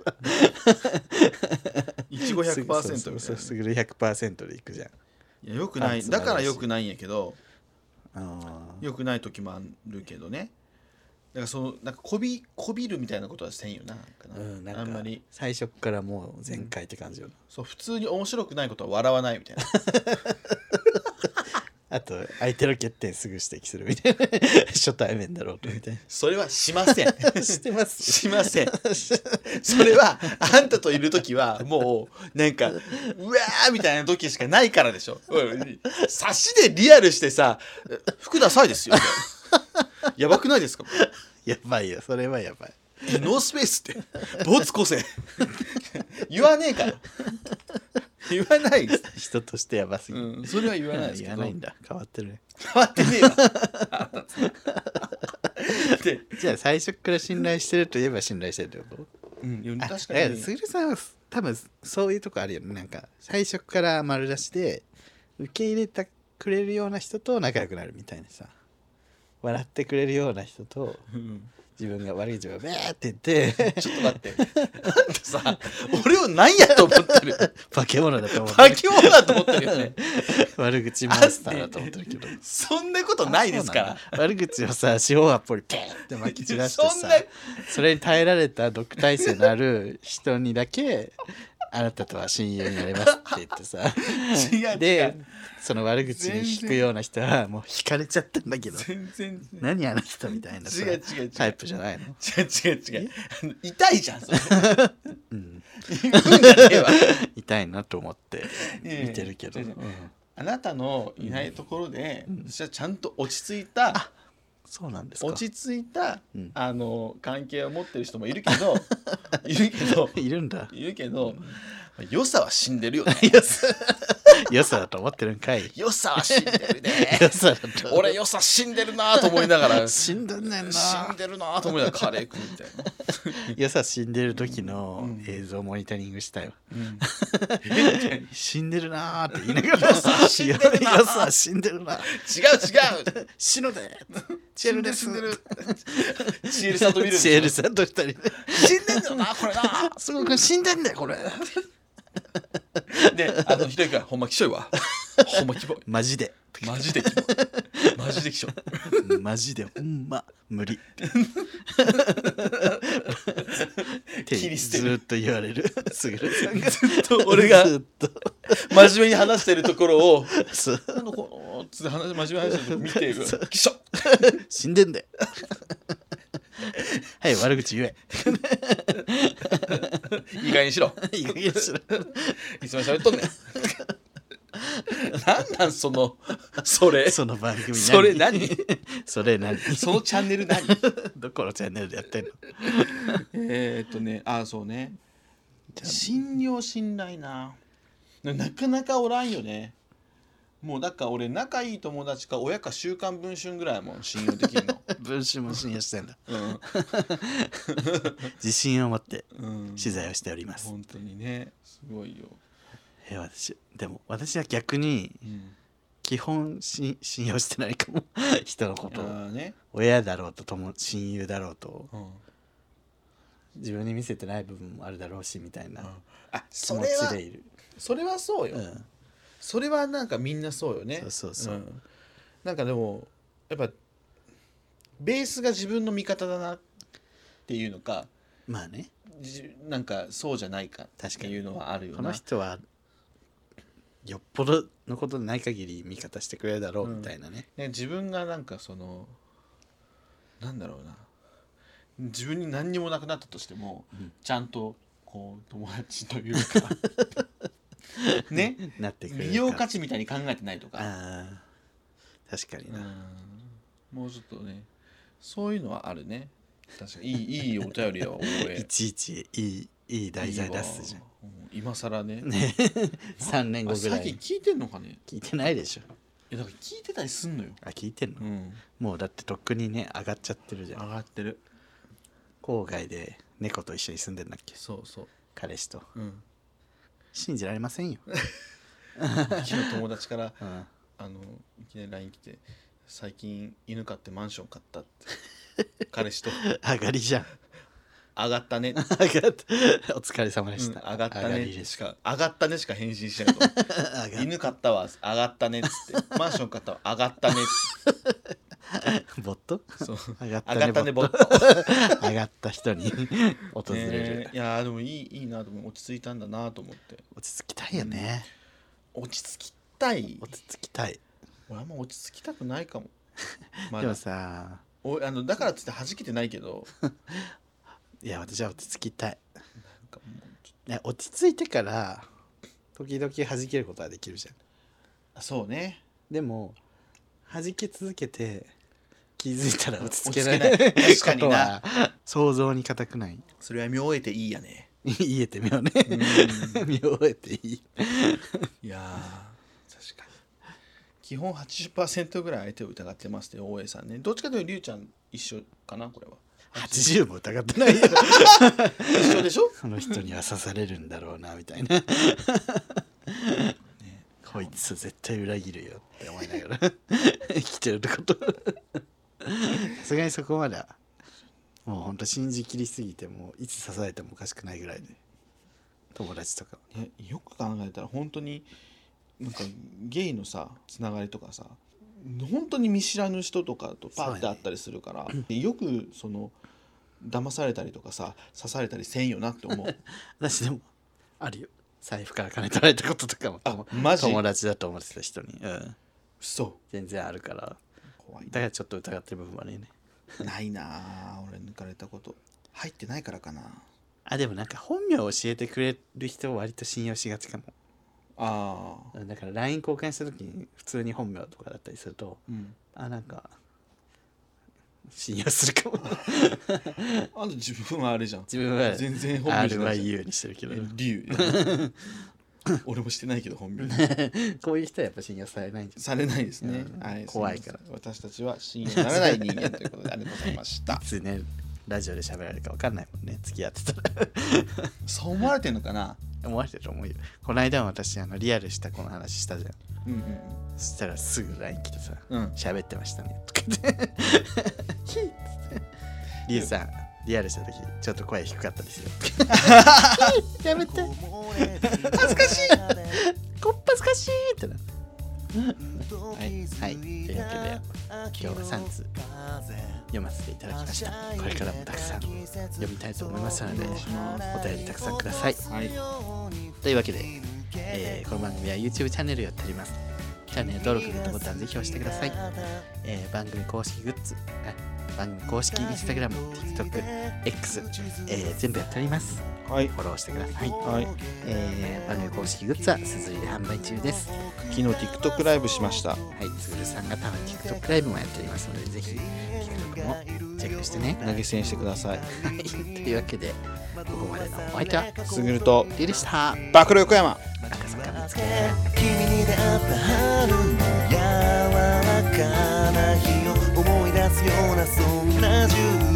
[SPEAKER 2] いちご100%みたい
[SPEAKER 1] そう
[SPEAKER 2] な
[SPEAKER 1] そう
[SPEAKER 2] ね
[SPEAKER 1] そうすぐる100%でいくじゃん
[SPEAKER 2] いやよくな
[SPEAKER 1] あ
[SPEAKER 2] い
[SPEAKER 1] 素晴
[SPEAKER 2] だ
[SPEAKER 1] らしい
[SPEAKER 2] からよくないんやけど
[SPEAKER 1] あー
[SPEAKER 2] よくない時もあるけどね。からそのなんかこびこびるみたいなことはせんよななんかな,、
[SPEAKER 1] うん、なんか
[SPEAKER 2] あんまり
[SPEAKER 1] 最初っからもう全開って感じよ、
[SPEAKER 2] そう普通に面白くないことは笑わないみたいな
[SPEAKER 1] あと相手の欠点すぐ指摘するみたい
[SPEAKER 2] <laughs>
[SPEAKER 1] な初対面だろうとみたい
[SPEAKER 2] それはしません
[SPEAKER 1] なしてます
[SPEAKER 2] <laughs> しません <laughs> それはあんたといる時はもうなんかうわーみたいな時しかないからでしょ差しでリアルしてさ「福田さいですよ」やばくないですか
[SPEAKER 1] <laughs> やばいよそれはやばい
[SPEAKER 2] ノースペースって没個性言わねえから言わないです、
[SPEAKER 1] 人としてやばすぎる、
[SPEAKER 2] うん、それは言わないですけ
[SPEAKER 1] 言
[SPEAKER 2] ど
[SPEAKER 1] わないんだ変わってるね
[SPEAKER 2] 変わってねえ <laughs> わで、
[SPEAKER 1] じゃあ最初から信頼してるといえば信頼してるってこと
[SPEAKER 2] うん、
[SPEAKER 1] あ
[SPEAKER 2] 確か
[SPEAKER 1] だら
[SPEAKER 2] に
[SPEAKER 1] すぐるさんは多分そういうとこあるよねなんか最初から丸出しで受け入れてくれるような人と仲良くなるみたいなさ笑ってくれるような人と
[SPEAKER 2] うん
[SPEAKER 1] 自分が悪い自分をベーって言って
[SPEAKER 2] <laughs> ちょっと待ってあんたさ俺を何やと思ってる
[SPEAKER 1] 化け物だと思って
[SPEAKER 2] <laughs> 化
[SPEAKER 1] る
[SPEAKER 2] け物だと思ってるよね
[SPEAKER 1] 悪口モンスターだと思ってるけど
[SPEAKER 2] そんなことないですから
[SPEAKER 1] そうなんだ悪口をさ四方八方にペーって撒き散らしてさ
[SPEAKER 2] そ
[SPEAKER 1] そ
[SPEAKER 2] んな
[SPEAKER 1] れに耐えられた独体性のある人にだけあなたとは親友になれますって言ってさ
[SPEAKER 2] 違う違う
[SPEAKER 1] でその悪口に引くような人はもう引かれちゃったんだけ
[SPEAKER 2] <laughs>
[SPEAKER 1] ど
[SPEAKER 2] 全然違う
[SPEAKER 1] 何あの人みたいなさ
[SPEAKER 2] 違う違う違う
[SPEAKER 1] タイプじゃないの
[SPEAKER 2] 違う違うあの痛いじゃんそ <laughs> れ
[SPEAKER 1] うん
[SPEAKER 2] 言うんじゃねえわ
[SPEAKER 1] 痛いなと思って見てるけど、
[SPEAKER 2] いやいや
[SPEAKER 1] うん
[SPEAKER 2] あなたのいないところで、私はちゃんと落ち着いた
[SPEAKER 1] そうなんですか
[SPEAKER 2] 落ち着いた、
[SPEAKER 1] うん
[SPEAKER 2] あの関係を持ってる人もいるけ <laughs> どいるけど
[SPEAKER 1] いるんだ
[SPEAKER 2] いるけど、良さは死んでるよね
[SPEAKER 1] 良さだと思ってるんかい
[SPEAKER 2] 良さは死んでるね
[SPEAKER 1] 良さだと
[SPEAKER 2] 俺良さ死んでるなと思いながら <laughs> 死
[SPEAKER 1] 死んだんねんなん
[SPEAKER 2] でるなと思いながらカレー食うみたいな、
[SPEAKER 1] よさ死んでる時の映像モニタリングしたよ、
[SPEAKER 2] <laughs> 違う違う
[SPEAKER 1] 死んでるなーって言いながらよ
[SPEAKER 2] さ死んでるなー
[SPEAKER 1] さ死んでるな死のでチエルです
[SPEAKER 2] 死んでるチエルさんと見るんでし
[SPEAKER 1] チ
[SPEAKER 2] ょ
[SPEAKER 1] エルさんと二人で
[SPEAKER 2] 死んでんだよなこれな
[SPEAKER 1] すごく死んでんだよこれ
[SPEAKER 2] であのひろゆきがほんまきしょいわほんまきぼい
[SPEAKER 1] マジで
[SPEAKER 2] マジできぼいマジできしょい
[SPEAKER 1] マジでほんま無理って
[SPEAKER 2] 切り捨て
[SPEAKER 1] ず
[SPEAKER 2] る
[SPEAKER 1] ーっと言われるすぐるさんが
[SPEAKER 2] ずっと <laughs> 俺が
[SPEAKER 1] ずーっと
[SPEAKER 2] 真面目に話してるところを
[SPEAKER 1] そう
[SPEAKER 2] 「なんだこの」つって話真面目に話してるとこ見てるきしょ
[SPEAKER 1] 死んでん <laughs> だよはい悪口言え
[SPEAKER 2] いい加減にしろ
[SPEAKER 1] いい加減にしろ
[SPEAKER 2] いつまで喋っとんねん <laughs> なんなんそのそれ
[SPEAKER 1] その番組何
[SPEAKER 2] それ何
[SPEAKER 1] それ何
[SPEAKER 2] そのチャンネル何
[SPEAKER 1] どこのチャンネルでやってんの
[SPEAKER 2] えーっ
[SPEAKER 1] <laughs>
[SPEAKER 2] とねあそうね信用信頼ななかなかおらんよねもうだから俺仲いい友達か親か「週刊文春」ぐらいも信用でき
[SPEAKER 1] <laughs>
[SPEAKER 2] るの
[SPEAKER 1] 文春も信用してんだ
[SPEAKER 2] うん
[SPEAKER 1] 自信を持って
[SPEAKER 2] うん
[SPEAKER 1] 取材をしております、
[SPEAKER 2] 本当にねすごいよ、
[SPEAKER 1] え私でも私は逆に
[SPEAKER 2] うん、
[SPEAKER 1] 基本し信用してないかも <laughs> 人のことを
[SPEAKER 2] ああね、
[SPEAKER 1] 親だろうと友親友だろうと
[SPEAKER 2] うん、
[SPEAKER 1] 自分に見せてない部分もあるだろうしみたいな
[SPEAKER 2] あ
[SPEAKER 1] 気
[SPEAKER 2] そ
[SPEAKER 1] 持
[SPEAKER 2] れ
[SPEAKER 1] ち
[SPEAKER 2] は
[SPEAKER 1] でいる、
[SPEAKER 2] それはそうよ、
[SPEAKER 1] うん、
[SPEAKER 2] それはなんかみんなそうよね
[SPEAKER 1] そうそうそうん
[SPEAKER 2] なんかでもやっぱベースが自分の味方だなっていうのか
[SPEAKER 1] まあね
[SPEAKER 2] じなんかそうじゃないかっていうのはあるよ
[SPEAKER 1] この
[SPEAKER 2] な
[SPEAKER 1] 人はよっぽどのことでない限り味方してくれるだろうみたいなね、
[SPEAKER 2] ね、自分がなんかそのなんだろうな自分に何にもなくなったとしても、ちゃんとこう友達という
[SPEAKER 1] <laughs>
[SPEAKER 2] かね
[SPEAKER 1] なってくれる
[SPEAKER 2] 利用価値みたいに考えてないとか
[SPEAKER 1] あー確かにな、
[SPEAKER 2] うんもうちょっとねそういうのはあるね確かにいいいいお便りやわ
[SPEAKER 1] <laughs>
[SPEAKER 2] 俺
[SPEAKER 1] いちいちいいいい題材出すじゃん
[SPEAKER 2] いいわうん今更ね
[SPEAKER 1] ね3年後
[SPEAKER 2] あ
[SPEAKER 1] ぐ
[SPEAKER 2] さ
[SPEAKER 1] ら
[SPEAKER 2] っき
[SPEAKER 1] い
[SPEAKER 2] 聞いてんのかね
[SPEAKER 1] 聞いてないでしょ
[SPEAKER 2] いやだから聞いてたりすんのよ、
[SPEAKER 1] あ聞いてんの、
[SPEAKER 2] うん、
[SPEAKER 1] もうだってとっくにね上がっちゃってるじ
[SPEAKER 2] 上
[SPEAKER 1] ゃん
[SPEAKER 2] がってる
[SPEAKER 1] 郊外で猫と一緒に住んでんだっけ
[SPEAKER 2] そうそ
[SPEAKER 1] 彼氏と
[SPEAKER 2] う、うん、
[SPEAKER 1] 信じられませんよ、
[SPEAKER 2] 昨日友達から
[SPEAKER 1] うん、
[SPEAKER 2] あのいきなり LINE 来て「最近犬飼ってマンション買った」って
[SPEAKER 1] <laughs>
[SPEAKER 2] 彼氏と「
[SPEAKER 1] 上がりじゃん
[SPEAKER 2] 上がったね」って
[SPEAKER 1] 上がったお疲れ様で
[SPEAKER 2] う
[SPEAKER 1] し
[SPEAKER 2] ん
[SPEAKER 1] た、
[SPEAKER 2] 上がった
[SPEAKER 1] 上
[SPEAKER 2] ね
[SPEAKER 1] りで
[SPEAKER 2] し
[SPEAKER 1] す
[SPEAKER 2] か上がったねしか返信しないと思
[SPEAKER 1] <laughs> 上
[SPEAKER 2] う
[SPEAKER 1] が <laughs>
[SPEAKER 2] 犬買ったは上がったねっつってマンション買ったは上がったねっつって
[SPEAKER 1] ボット
[SPEAKER 2] そう
[SPEAKER 1] 上がっ
[SPEAKER 2] 上がったねボット、
[SPEAKER 1] 上がった人
[SPEAKER 2] <laughs>
[SPEAKER 1] に訪れる
[SPEAKER 2] え、ーいやーでもいいいいなと思う落ち着いたんだなと思って
[SPEAKER 1] 落ち着きたいよね
[SPEAKER 2] 落ち着きたい
[SPEAKER 1] 落ち着きたい
[SPEAKER 2] 俺あんま落ち着きたくない
[SPEAKER 1] <laughs>
[SPEAKER 2] かもま
[SPEAKER 1] でも
[SPEAKER 2] だ
[SPEAKER 1] さ
[SPEAKER 2] おあのだからっつって弾けてないけど
[SPEAKER 1] いや私は落ち着きたい
[SPEAKER 2] なんかもうちょっ
[SPEAKER 1] いや落ち着いてから時々弾けることはできるじゃん
[SPEAKER 2] とあそうね
[SPEAKER 1] でも弾け続けて気づいたら落ち着け
[SPEAKER 2] 落ち着けない
[SPEAKER 1] ない
[SPEAKER 2] 確かにな
[SPEAKER 1] ことは想像に難くない <laughs>
[SPEAKER 2] それは見終えていいやね
[SPEAKER 1] 言えてみようね
[SPEAKER 2] う
[SPEAKER 1] <laughs>
[SPEAKER 2] ん
[SPEAKER 1] 見終えていい
[SPEAKER 2] いやー確かに基本80%ぐらい相手を疑ってますって大江さんねどっちかというとりゅうちゃん一緒かなこれは
[SPEAKER 1] 80も疑ってないよ
[SPEAKER 2] 一緒でしょ
[SPEAKER 1] その人には刺されるんだろうなみたい <laughs> なこいつ絶対裏切るよって思いな <laughs> がら生きてるってことさすがにそこまではもうほんと信じきりすぎてもういつ刺されてもおかしくないぐらいで友達とか
[SPEAKER 2] ねよく考えたら本当になんかゲイのさつながりとかさ本当に見知らぬ人とかとパーって会ったりするから、よくその騙されたりとかさ刺されたりせんよなって思う
[SPEAKER 1] 私でもあるよ財布から金取られたこととかも
[SPEAKER 2] あマジ
[SPEAKER 1] 友達だと思ってた人に、うん、
[SPEAKER 2] 嘘
[SPEAKER 1] 全然あるから
[SPEAKER 2] 怖い
[SPEAKER 1] だからちょっと疑ってる部分はね
[SPEAKER 2] なないなあ俺抜かれたこと入ってないからかな
[SPEAKER 1] あでもなんか本名を教えてくれる人を割と信用しがちかも
[SPEAKER 2] ああ
[SPEAKER 1] だから LINE 交換した時に普通に本名とかだったりすると
[SPEAKER 2] うん
[SPEAKER 1] あなんか信用する
[SPEAKER 2] <laughs>
[SPEAKER 1] かも
[SPEAKER 2] あと自分はあれじゃん
[SPEAKER 1] 自分は
[SPEAKER 2] 全然本名じゃないじ
[SPEAKER 1] RYU にしてるけ
[SPEAKER 2] ゃん
[SPEAKER 1] ど
[SPEAKER 2] え竜 <laughs> 俺もしてないけど本名
[SPEAKER 1] <laughs> こういう人はやっぱ信用されないんじゃ
[SPEAKER 2] されないですね、
[SPEAKER 1] うん
[SPEAKER 2] はい
[SPEAKER 1] 怖いから
[SPEAKER 2] すません私たちは信用ならない人間ということでありがとうございまし
[SPEAKER 1] ない
[SPEAKER 2] た
[SPEAKER 1] いつねラジオで喋られるか分かんないもんね付き合ってたら
[SPEAKER 2] <laughs> そう思われてんのかな
[SPEAKER 1] 思われてると思うよこの間も私あのリアルした子の話したじゃん
[SPEAKER 2] うん
[SPEAKER 1] そしたらすぐ LINE 来てさ
[SPEAKER 2] うんうんうん
[SPEAKER 1] 喋ってましたねとか言って <laughs> ヒッつってリュウさんリアルした時ちょっと声低かったですよ
[SPEAKER 2] <laughs>
[SPEAKER 1] <laughs> やめて
[SPEAKER 3] 恥ずかしい
[SPEAKER 1] こっ恥ずかしいってな
[SPEAKER 3] はい、はい、というわけで今日は3通
[SPEAKER 1] 読ませていた
[SPEAKER 3] い
[SPEAKER 1] だ
[SPEAKER 3] た
[SPEAKER 1] き
[SPEAKER 3] だき
[SPEAKER 1] ま
[SPEAKER 3] ま
[SPEAKER 1] し
[SPEAKER 3] したた
[SPEAKER 1] こ
[SPEAKER 3] こ
[SPEAKER 1] れ
[SPEAKER 3] れ
[SPEAKER 1] か
[SPEAKER 3] からら
[SPEAKER 1] もた
[SPEAKER 3] もた
[SPEAKER 1] く
[SPEAKER 3] く
[SPEAKER 1] さん
[SPEAKER 3] さん
[SPEAKER 1] 読
[SPEAKER 3] 読
[SPEAKER 1] み
[SPEAKER 3] み
[SPEAKER 1] た
[SPEAKER 3] た
[SPEAKER 1] い
[SPEAKER 3] い
[SPEAKER 1] と
[SPEAKER 3] と
[SPEAKER 1] 思
[SPEAKER 3] 思
[SPEAKER 1] い
[SPEAKER 3] い
[SPEAKER 1] ま
[SPEAKER 3] ますす
[SPEAKER 1] の
[SPEAKER 3] の
[SPEAKER 1] で
[SPEAKER 3] で
[SPEAKER 1] お
[SPEAKER 3] お
[SPEAKER 1] 便
[SPEAKER 3] 便
[SPEAKER 1] り
[SPEAKER 3] り
[SPEAKER 1] た
[SPEAKER 3] た
[SPEAKER 1] くさんく
[SPEAKER 3] くさんく
[SPEAKER 1] だ
[SPEAKER 3] だ
[SPEAKER 1] さ
[SPEAKER 3] さ
[SPEAKER 1] い
[SPEAKER 3] い、
[SPEAKER 1] というわけで、えーこの番組は YouTube チャンネルやっておりますチャンネル登録グッドボタンぜひ押してください、えー番組公式グッズあ番組公式 InstagramTikTokX、えー全部やっております
[SPEAKER 2] はい
[SPEAKER 1] フォローしてください、
[SPEAKER 2] はい
[SPEAKER 1] えー番組公式グッズはすずりで販売中です
[SPEAKER 2] 昨日 TikTok ライブしました
[SPEAKER 1] はい、つぐるさんが多分 TikTok ライブもやっておりますので、ぜひ TikTok もチェックしてね。
[SPEAKER 2] 投げ銭してください
[SPEAKER 1] はい、というわけで、ここまでのお相手は、
[SPEAKER 2] すぐると
[SPEAKER 1] りゅうでした。
[SPEAKER 2] 暴露横山
[SPEAKER 1] 赤坂見つけ
[SPEAKER 3] 君に出会った春の柔らかな日を思い出すようなそんな10